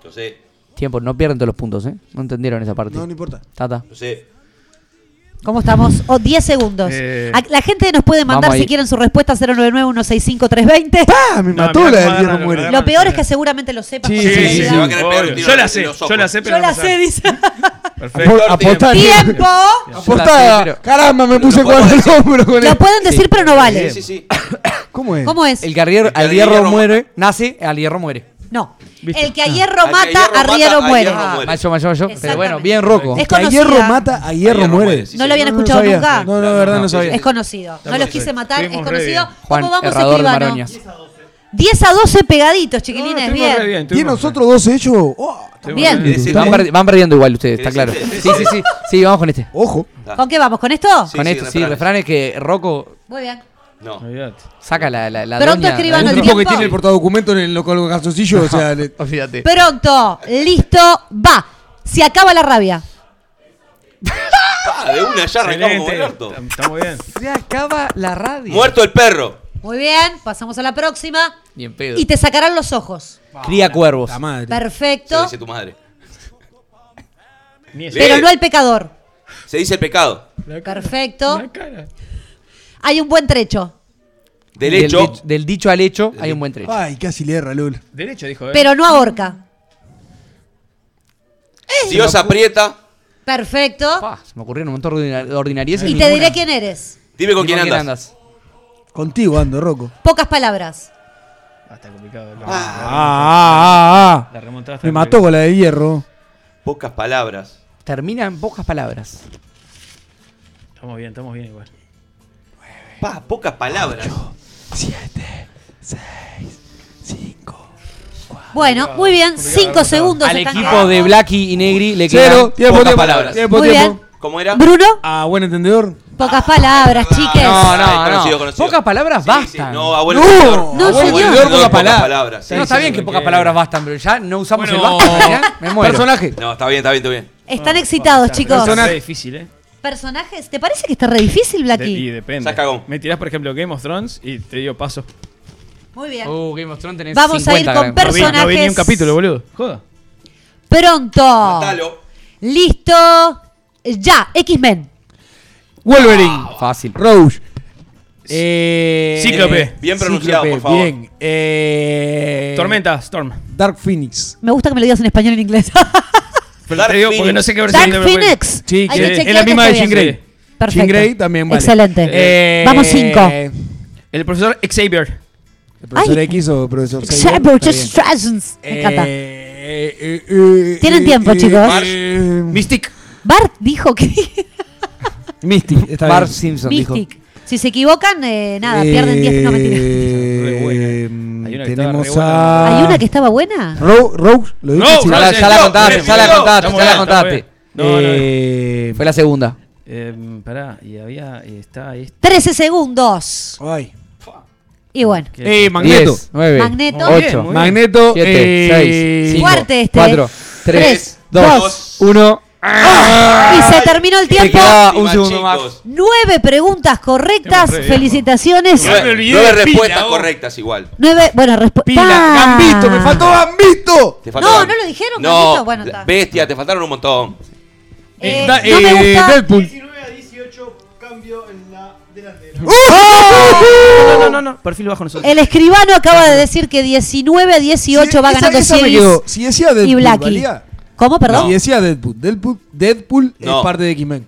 Yo sé, Tiempo, no pierden todos los puntos, ¿eh? No entendieron esa parte. No, no importa. Tata. yo sé. ¿Cómo estamos? Oh, 10 segundos. Eh. A- La gente nos puede mandar, Vamos ahí. si quieren, su respuesta 099-165-320. ¡Ah! Me No, mató mirá cómo la del hierro agarran, muere. agarran. Lo peor es que seguramente lo sepas. Sí, porque sí, te sí, da- sí. va a querer pegar un Obvio. tiro Yo en la los sé, ojos. yo la sé, pero Yo la no me sé, sale. dice. Perfecto. Apo- apostar. ¡Tiempo! Apostada. pero- Caramba, me puse no cuadro podemos al hombro con Lo él. pueden decir, pero no vale. Sí, sí. ¿Cómo es? ¿Cómo es? El que al hierro, El que al al hierro hierro muere, nace, al hierro muere. Ah. No. Viste. El que a hierro Al que a mata, hierro a mata, hierro a muere. hierro Ah, muere. Mayo, mayo, yo. Pero bueno, Exactamente. bien roco. Es Que a hierro conocida. mata, a hierro, hierro muere. muere, sí, No lo habían No, no escuchado sabía. nunca. No, no, la verdad no sabía. Es conocido. No Estamos los quise ahí. matar, es Estuvimos re conocido. bien. Juan, ¿Cómo vamos, errador de escribano? Maroñas. 10 a 12 pegaditos, No, Ah, chiquilines. estuvimos bien. re bien, Y estuvimos nosotros dos hechos. Oh, re bien. Estuvimos re Sí, Van, sí. perdi- van perdiendo igual ustedes, está Sí, claro. sí, Sí, sí. sí, sí. Sí, vamos con este. ojo. ¿Con qué vamos? ¿Con esto? Sí, con sí, este, sí, refranes. refranes que Rocco Muy bien. No. Olvídate. saca la, la, la Pronto doña. escribano, la el doña. tipo que tiempo. tiene el portadocumento en el, con los calzoncillos, o sea, le- Olvídate. Pronto, listo, va. Se acaba la rabia. Ah, de una ya arrancamos como Excelente. el orto. Tam- Estamos bien. Se acaba la radio. Muerto el perro. Muy bien, pasamos a la próxima. Ni en pedo. Y te sacarán los ojos. Cría cuervos. la madre. Se Perfecto. dice tu madre. Ni ese- Pero no el pecador. Se dice el pecado. Perfecto. La cara. Hay un buen trecho. Del Del hecho. dich- Del, dicho al hecho hay un buen trecho. Ay, casi le erra, Lul. Derecho, dijo. ¿eh? Pero no ahorca. Dios aprieta. Perfecto. Pa, se me ocurrieron un montón de ordina- de ordinariedades. Y te diré quién eres. Dime con quién andas. Contigo ando, Roco. Pocas palabras. Ah, está complicado. La, Ah, ah, la remontada está Me mató complicada. con la de hierro. Pocas palabras. Termina en pocas palabras. Estamos bien, estamos bien igual. Pa, pocas palabras. Bueno, muy bien. Cinco segundos. Al están equipo quedando. de Blacky y Negri le Cero, quedan tiempo, pocas tiempo. palabras. Tiempo, Muy tiempo. bien. ¿Cómo era? Bruno, A buen entendedor. pocas palabras, chiques. No, no, Ah, no. conocido, conocido. Pocas palabras Sí, bastan. sí, No, abuelo. No, señor. no, Abuelo, señor. señor, Pocas Pocas palabras. palabras. sí, no, está sí. bien que porque- pocas palabras bastan, pero ya no usamos Bueno. el bastan. ¿ya? Me muero. Personaje. No, está bien, está bien, está bien. Están excitados, chicos. Es Personaje. difícil, ¿eh? Personajes, ¿te parece que está re difícil, De- y Blacky? depende. Sás cagón. Me tirás, por ejemplo, Game of Thrones y te dio paso. Muy bien. Uh, Game of Thrones tenés Vamos a ir 50 con gran- No vi, no vi ni un Personajes. capítulo, boludo. Joda. Pronto. Matalo. Listo. Ya, X-Men. Wolverine. Fácil. Rouge. Eh, Cíclope. Bien pronunciado, Cíclope, por favor. Bien. Eh, Tormenta, Storm. Dark Phoenix. Me gusta que me lo digas en español y en inglés. Dark te digo Phoenix. porque no sé qué versión Dark te- Phoenix. Sí, Hay que- que es chequear la que misma esté de Jean bien. Grey. Perfecto. Jean Grey también vale. Excelente. Eh, Vamos cinco. El profesor Xavier. ¿El profesor Ay. X o profesor Xavier? Shepard Está bien. Strasens. Me encanta. Eh, eh, eh, Tienen eh, tiempo, eh, chicos. Marsh. Mystic. Bart dijo que. Mystic, está Bart bien. Simpson dijo. Mystic. Si se equivocan, eh, nada, Eh, pierden 10. No, mentira. Re buena, eh. eh, Hay una que Tenemos estaba re buena. a. ¿Hay una que estaba buena? Ro- Rose, lo dije. No, sí. Ya la, ya la No, contaste, ya la no, estamos contaste, ya la bien, estamos contaste. bien. No, no, no. Eh, Fue la segunda. Eh, pará, y había. y Está este. 13 segundos. Ay. Y bueno. Eh, Magneto. 10, 9, Magneto. Muy bien, 8, muy bien. Magneto. 7, eh, 6, Fuerte este, 4, Tres, Ah, 3, 2, dos, 1. Y se terminó el tiempo. quedaba un segundo más. Nueve preguntas correctas. Tengo re bien, Felicitaciones. Nueve, nueve respuestas correctas igual. Nueve, bueno, respuesta. Gambito, me faltó Gambito. Te Ah. No, faltaron- no lo dijeron, Gambito. No, Bueno, la- está. bestia, te faltaron un montón. Eh, da- no me eh, gusta- Deadpool. No, ¡Uh! no, no, no, perfil bajo nosotros. El escribano acaba de decir que 19 a 18 va Esa- ganando esa me Sielis quedó. Si decía y Deadpool, Blacky. valía. ¿Cómo, perdón? Si decía Deadpool. Deadpool, Deadpool es parte de X-Men.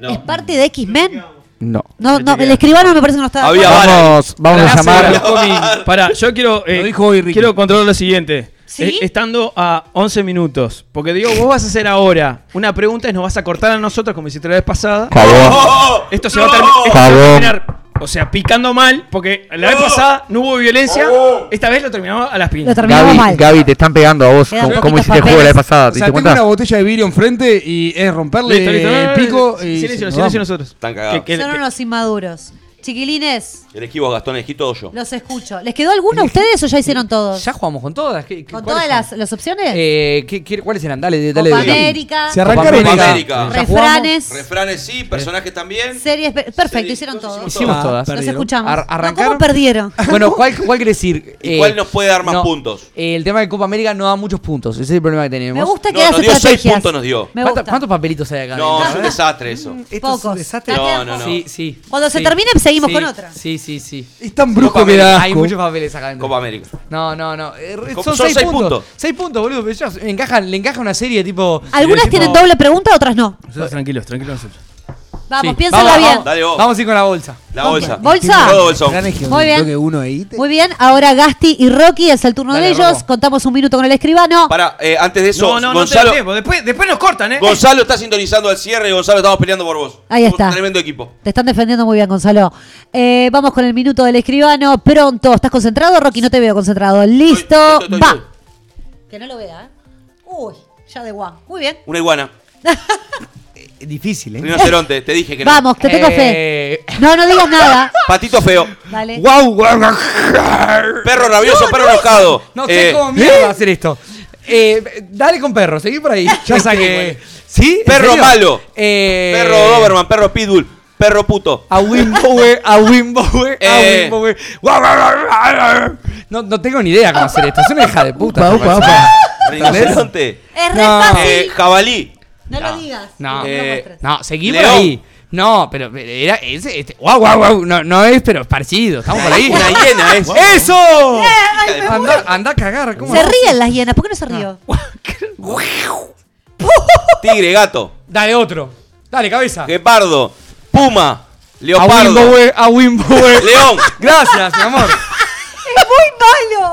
¿Es parte de X-Men? No. No, no, el escribano me parece que no está. de Había acuerdo. varios. Vamos, vamos a Gracias, llamar. Blas Comín. Pará, yo quiero, eh, quiero controlar lo siguiente. Eh, estando a 11 minutos. Porque digo, vos vas a hacer ahora una pregunta y nos vas a cortar a nosotros como hiciste la vez pasada. Cagón. Esto se va a termi- esto se va a Cagón. terminar. O sea, picando mal, porque la vez pasada no hubo violencia. Esta vez lo terminamos a las piñas. Gaby, Gaby, te están pegando a vos. Quedan ¿Cómo, poquitos cómo hiciste el juego la vez pasada? O ¿Te diste sea, tengo cuenta? una botella de vidrio enfrente y es romperle Listo, listo. el pico. y Silencio, nos silencio vamos. nosotros. Están cagados. Son unos inmaduros. Chiquilines, Elegí vos, Gastón, elegí todo yo. los escucho. ¿Les quedó alguno a ustedes o ya hicieron todos? Ya jugamos con todas. ¿Qué- qué- ¿Con cuáles todas son? las, las opciones? Eh, ¿qué- qué- ¿Cuáles eran? Dale, dale. Copa dale. América. Se arrancaron Copa acá. América. América. Ya jugamos. Refranes. Refranes sí, personajes también. Series, pe- perfecto, hicieron todos. Hicimos todas. Ah, Los escuchamos. Ar- No, arrancaron. ¿Cómo perdieron? Bueno, ¿cuál, cuál quiere decir? ¿Y cuál nos puede dar más puntos? eh, el tema de Copa América no da muchos puntos. Ese es el problema que tenemos. Me gusta que No, hagas nos dio seis estrategias. puntos, nos dio. Me Ah. ¿Cuánto- gusta. ¿Cuántos papelitos hay acá? No, adentro? es un desastre eso. Esto es un Pocos. desastre. No, no, no. Sí, sí. Cuando se Sí. termine, seguimos Sí, con otra. Sí, sí, sí. Es tan Copa brusco que da América, Hay asco. muchos papeles acá adentro. Copa América. No, no, no. Eh, Copa- son, seis, puntos. Seis puntos, boludo. pero ya me encaja, le encaja una serie tipo. Algunas tipo- tienen doble pregunta, otras no. Nosotros tranquilos, tranquilos nosotros. Vamos, Sí. piénsenla Vamos, bien. Vamos, Dale vos. Vamos a ir con la bolsa. La bolsa. ¿Bolsa? Todo bolsón. Muy bien. Creo que uno ahí te- Muy bien, ahora Gasti y Rocky es el turno Dale, de ellos. Rocco. Contamos un minuto con el escribano. Pará, eh, antes de eso, No, no, no te Gonzalo, da tiempo. Después, después nos cortan, ¿eh? Gonzalo está sintonizando al cierre y Gonzalo estamos peleando por vos. Ahí Somos está. Un tremendo equipo. Te están defendiendo muy bien, Gonzalo. Eh, vamos con el minuto del escribano. Pronto. ¿Estás concentrado, Rocky? No te veo concentrado. Listo. Estoy- estoy- Va. estoy- Que no lo vea, ¿eh? Uy, ya de guau. Muy bien. Una iguana. Es difícil, ¿eh? Rinoceronte, te dije que no. Vamos, te tengo Eh, fe. No, no digas nada. Patito feo. Dale. ¡Guau! guau, guau. Perro rabioso, perro enojado. No sé Eh, cómo mierda va a hacer esto. Eh, dale con perro, seguí por ahí. Ya saqué. ¿Sí? ¿En Este Perro serio? malo. Eh, Perro Doberman, perro Pitbull, perro puto. A Wimbowe, a Wimbowe, a Eh. Wimbowe. Guau, guau, guau, guau, guau. No, no tengo ni idea cómo hacer esto. Es una hija de puta. Upa, esta upa, persona. upa. Rinoceronte. Es re No. fácil. Eh, jabalí. no, lo digas. No. lo Eh, muestres. No, seguí por León. ahí. No, pero pero era ese, este, guau, guau, guau, no, no es, pero es parecido, estamos por ahí. Una hiena es. ¡Eso! Ay, me muero. Anda, anda a cagar, ¿cómo se no? ríen las hienas. ¿Por qué no se rió? Tigre, gato. Dale otro. Dale, cabeza. Gepardo. Puma. A Leopardo. Wimbowe, a Wimbowe. León. Gracias, mi amor. ¡Es muy malo!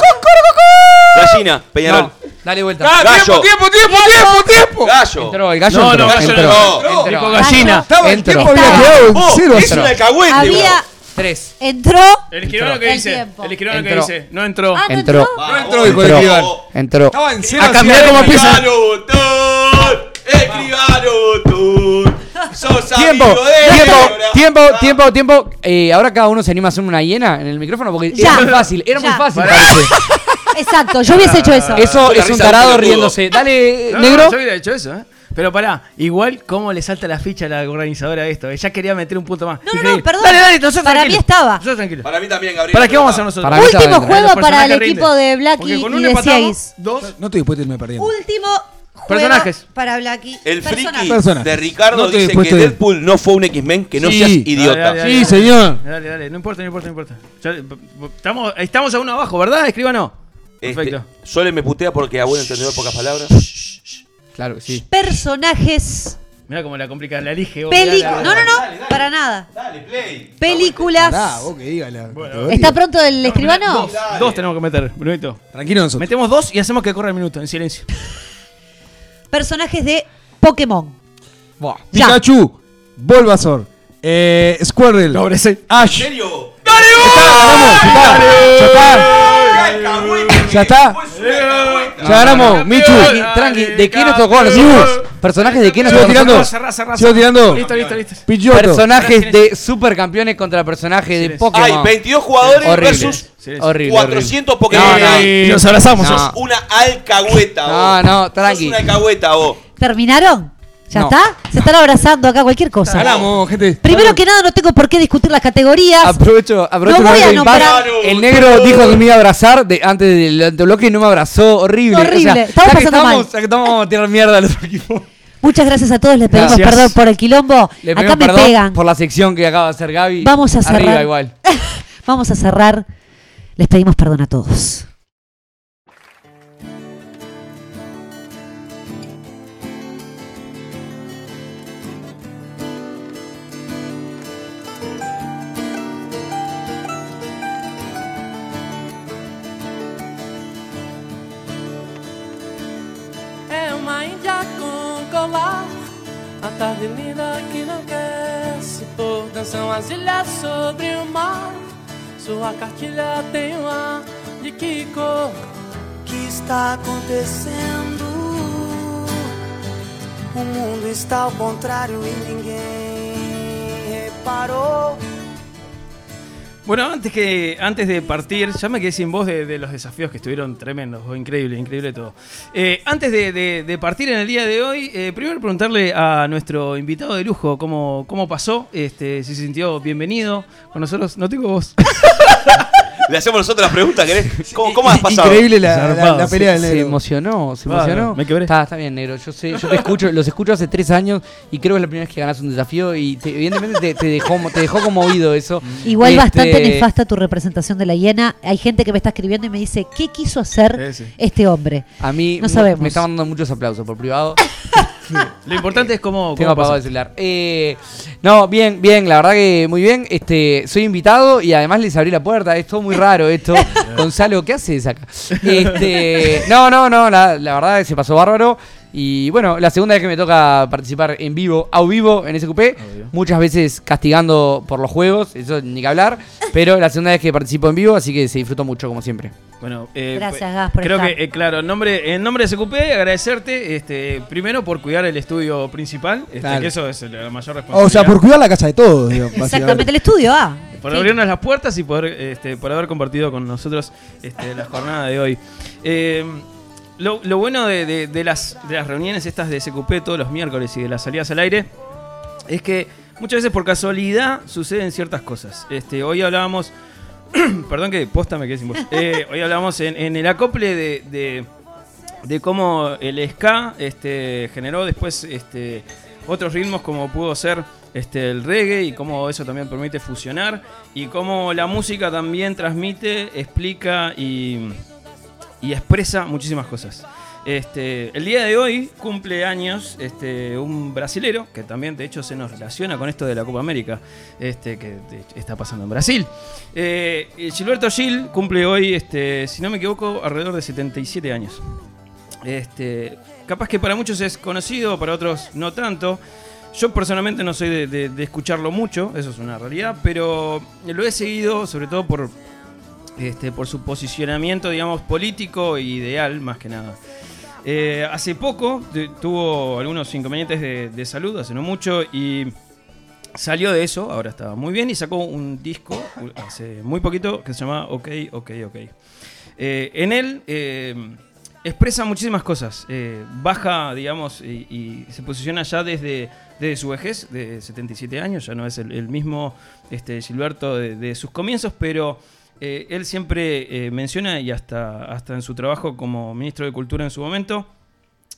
Gallina. Peñarol. No, dale vuelta. Ah, Ah, Gallo. tiempo, tiempo, tiempo! Gallo. Entró, el gallo No, entró. no, gallo entró. no. Entró. Dijo Entró. gallina. Estaba el Entró. tiempo había quedado en Oh, cero a es cero. un alcahuete, Había. Tres. Entró. El escribano que El dice. tiempo. El escribano que Entró. dice. No entró. Ah, no Entró. entró. No entró el colectival. Entró. Estaba en cero A a cambiar cero. como piensa. Escribano botón. Escribano botón. Sos Tiempo, amigo de tiempo, Leonora. tiempo, tiempo, tiempo. Eh, ahora cada uno se anima a hacer una hiena en el micrófono porque Ya. era muy fácil, era muy Ya. fácil. Pará. parece. Exacto, yo hubiese hecho eso. Eso Con la es un risa de tarado pelotudo. riéndose. Dale, No, no, negro. yo hubiera hecho eso, ¿eh? Pero pará, igual cómo le salta la ficha a la organizadora de esto. Ella quería meter un punto más. No, no, no, Increíble. perdón. Dale, dale, nosotros Para mí tranquilos. estaba. Nosotros tranquilos. Para mí también, Gabriel. ¿Para qué vamos a hacer nosotros? Para mí Último Para juego Los para el personajes equipo rinden. de Blacky Porque con y un de empatamos, Seis. Dos. No estoy dispuesto a irme perdiendo. Último juego Personajes. para Blacky. El friki Personajes. Personaje. de Ricardo No te dice que puesto- Deadpool no fue un X-Men, que no Sí. seas Dale, dale, idiota. dale, Sí, dale. señor. Dale, dale, no importa, no importa, no importa. Ya, p- p- estamos, estamos a uno abajo, ¿verdad? Escríbanos. Este, Perfecto. Sole me putea porque a buen entendedor pocas palabras. Claro, que sí. Personajes. Mirá cómo la complicas, la elige. vos, Peli. mirá, No, la- no, no. para nada. Dale, play. Películas. Pará, vos que diga la categoría. ¿Está pronto el escribano? Dos, dos tenemos que meter, Brunito. Tranquilo nosotros. Metemos dos y hacemos que corra el minuto, en silencio. Personajes de Pokémon. Buah. Ya. Pikachu, Bulbasaur, eh, Squirrel, Ash. ¿En serio? Ya está, ya está, ya Ah, ganamos, Michu. Tranqui, tranqui, ¿de qué nos tocó? Nos hicimos personajes de qué nos Sigo tocó. tirando, Cerrá, cerrá, sigo cerrá. tirando. Listo, listo, listo. Pidgeotto, Personajes de supercampeones contra personajes de Pokémon. Hay 22 jugadores Horrible. versus Silencio. Horrible, horrible. 400 Pokémon. No, no. y nos abrazamos. No. Una alcahueta, No, vos. no, Sos tranqui. una alcahueta, vos. ¿Terminaron? ¿Ya No. está? Se están abrazando acá cualquier cosa. Hablamos, gente. Primero que nada, no tengo por qué discutir las categorías. Aprovecho, aprovecho No el voy momento a de nombrar- impasse. El negro dijo que me iba a abrazar de- antes del antebloque y no me abrazó. Horrible. Horrible. O sea, Estamos ya que pasando estamos, mal. ya que estamos, vamos a tirar mierda al otro equipo. Muchas gracias a todos, les pedimos Gracias. perdón por el quilombo. Le pedimos Acá me perdón pegan. Por la sección que acaba de hacer Gaby. Vamos a Arriba cerrar. igual. Vamos a cerrar. Les pedimos perdón a todos. É uma índia com colar A tarde linda que não quer se pôr Dançam as ilhas sobre o mar Sua cartilha tem um ar de que cor Que está acontecendo O mundo está ao contrário e ninguém reparou. Bueno, antes, que, antes de partir, ya me quedé sin voz de, de los desafíos que estuvieron tremendos, fue increíble, increíble todo. Eh, antes de, de- de partir en el día de hoy, eh, primero preguntarle a nuestro invitado de lujo cómo, cómo pasó, este, si se sintió bienvenido con nosotros. No tengo voz. Le hacemos nosotros las preguntas, ¿querés? ¿Cómo, cómo has pasado? Zarpado. Se- Se emocionó, se Ah, emocionó. me quebré. Está, está bien, negro. Yo sé, yo te escucho, los escucho hace tres años y creo que es la primera vez que ganas un desafío y te- evidentemente te, te dejó, mo- te dejó conmovido eso. Igual Este, bastante nefasta tu representación de la hiena. Hay gente que me está escribiendo y me dice, ¿qué quiso hacer Ese. este hombre? A mí no mu- sabemos. me estaban dando muchos aplausos por privado. Lo importante es cómo. cómo pasó. Tengo apagado el celular. Eh, no, bien, bien, la verdad que muy bien. Este, soy invitado y además les abrí la puerta. Es todo muy raro esto. Gonzalo, ¿qué haces acá? Este, no, no, no, la, la verdad que se pasó bárbaro. Y bueno, la segunda vez que me toca participar en vivo, a vivo, en SQP, muchas veces castigando por los juegos, eso ni que hablar, pero la segunda vez que participo en vivo, así que se disfrutó mucho como siempre. Bueno, eh, Gracias, pues, Gas, por Creo estar. que, eh, claro, en nombre, en nombre de SQP, agradecerte este, primero por cuidar el estudio principal, este, Claro. que eso es la mayor responsabilidad. O sea, por cuidar la casa de todos, digamos, Exactamente, básicamente. el estudio, ah. Por Sí. abrirnos las puertas y por, este, por haber compartido con nosotros este, la jornada de hoy. Eh, lo, lo bueno de, de- de las, de las reuniones estas de SQP todos los miércoles y de las salidas al aire es que muchas veces por casualidad suceden ciertas cosas. Este, hoy hablábamos, perdón que posta me quedé sin voz, Eh, hoy hablábamos en, en el acople de, de- de cómo el ska este, generó después este, otros ritmos como pudo ser este, el reggae y cómo eso también permite fusionar y cómo la música también transmite, explica y, y expresa muchísimas cosas. Este, el día de hoy cumple años este, un brasilero que también de hecho se nos relaciona con esto de la Copa América este, que de hecho, está pasando en Brasil. Eh, eh, Gilberto Gil cumple hoy, este, si no me equivoco, alrededor de 77 años. Este, capaz que para muchos es conocido, para otros no tanto. Yo personalmente no soy de, de- de escucharlo mucho, eso es una realidad, pero lo he seguido sobre todo por, este, por su posicionamiento, digamos, político e ideal, más que nada. Eh, hace poco tu- tuvo algunos inconvenientes de, de salud, hace no mucho, y salió de eso, ahora está muy bien, y sacó un disco u- hace muy poquito que se llama OK, OK, OK. Eh, en él eh, expresa muchísimas cosas. Eh, baja, digamos, y, y se posiciona ya desde, desde su vejez, de 77 años, ya no es el, el mismo este, Gilberto de, de sus comienzos, pero eh, él siempre eh, menciona, y hasta, hasta en su trabajo como ministro de Cultura en su momento,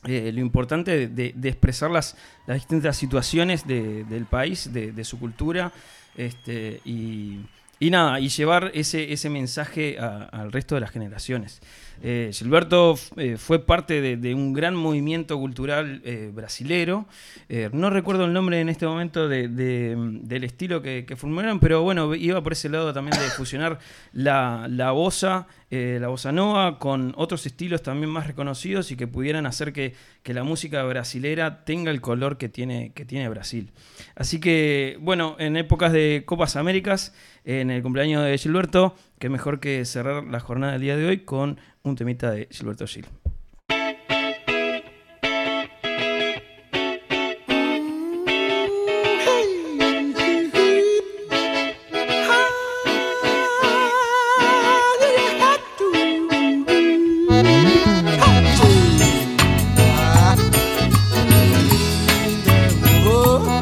eh, lo importante de, de expresar las, las distintas situaciones de- del país, de, de su cultura, este, y, y nada, y llevar ese, ese mensaje a- al resto de las generaciones. Eh, Gilberto f- eh, fue parte de, de un gran movimiento cultural eh, brasilero. Eh, no recuerdo el nombre en este momento de- de, mm, del estilo que, que formaron, pero bueno, iba por ese lado también de fusionar la, la bossa, eh, la bossa nova, con otros estilos también más reconocidos y que pudieran hacer que, que la música brasilera tenga el color que tiene, que tiene Brasil. Así que, bueno, en épocas de Copas Américas, en el cumpleaños de Gilberto, qué mejor que cerrar la jornada del día de hoy con un temita de Gilberto Gil. Don't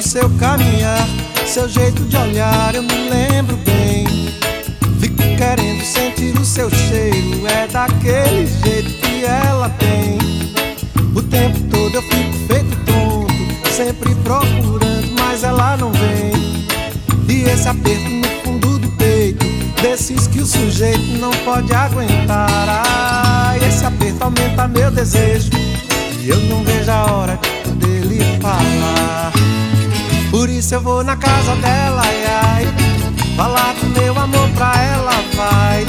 seu caminhar, seu jeito de olhar, eu me lembro bem. Fico querendo sentir o seu cheiro, é daquele jeito que ela tem. O tempo todo eu fico feito tonto, sempre procurando, mas ela não vem. E esse aperto no fundo do peito, desses que o sujeito não pode aguentar. Ah, esse aperto aumenta meu desejo, e eu não vejo a hora de poder lhe falar. Por isso eu vou na casa dela, ai, ai Falar do meu amor pra ela, vai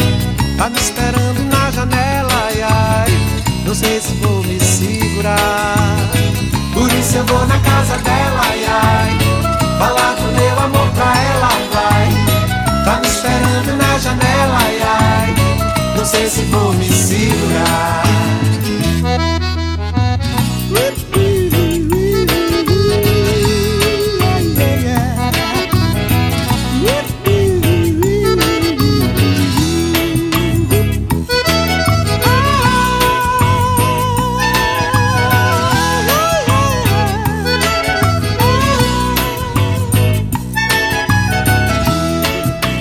Tá me esperando na janela, ai, ai Não sei se vou me segurar Por isso eu vou na casa dela, ai, ai Falar do meu amor pra ela, vai Tá me esperando na janela, ai, ai Não sei se vou me segurar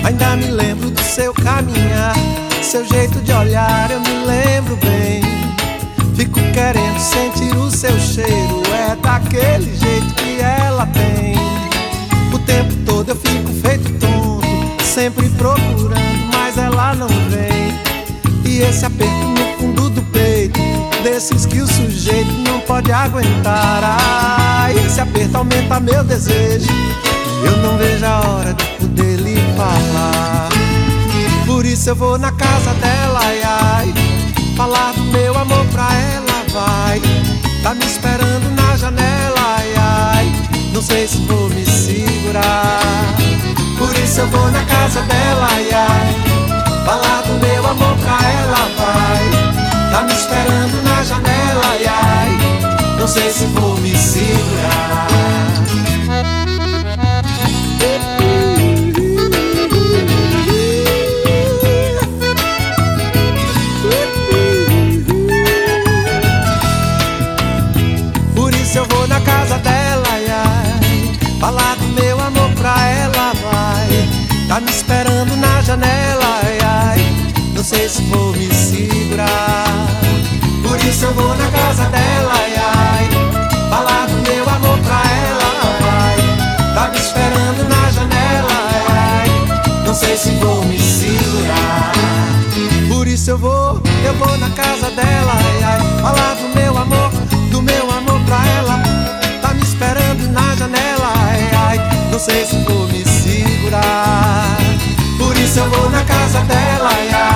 Ainda me lembro do seu caminhar, seu jeito de olhar, eu me lembro bem. Fico querendo sentir o seu cheiro, é daquele jeito que ela tem. O tempo todo eu fico feito tonto, sempre procurando, mas ela não vem. E esse aperto no fundo do peito, desses que o sujeito não pode aguentar. Ai, esse aperto aumenta meu desejo, e eu não vejo a hora de poder lhe falar. Por isso eu vou na casa dela, ai, ai. Falar do meu amor pra ela, vai. Tá me esperando na janela, ai, ai. Não sei se vou me segurar. Por isso eu vou na casa dela, ai, ai. Falar do meu amor pra ela, vai. Tá me esperando na janela, ai, ai. Não sei se vou me segurar. Por isso eu vou na casa dela, ai, ai. Falar do meu amor pra ela, vai. Tá me esperando na janela, ai, ai. Não sei se vou me segurar. Por isso eu vou na casa dela, ai, ai. Falar do meu amor pra ela, vai. Tá me esperando na janela, ai, ai. Não sei se vou me segurar. Por isso eu vou, eu vou na casa dela, ai, ai. Falar do meu amor, do meu amor pra ela. Tá me esperando na janela, é, ai, ai. Não sei se vou me segurar. Por isso eu vou na casa dela, é, ai, ai. é, Tá é, Tá Tá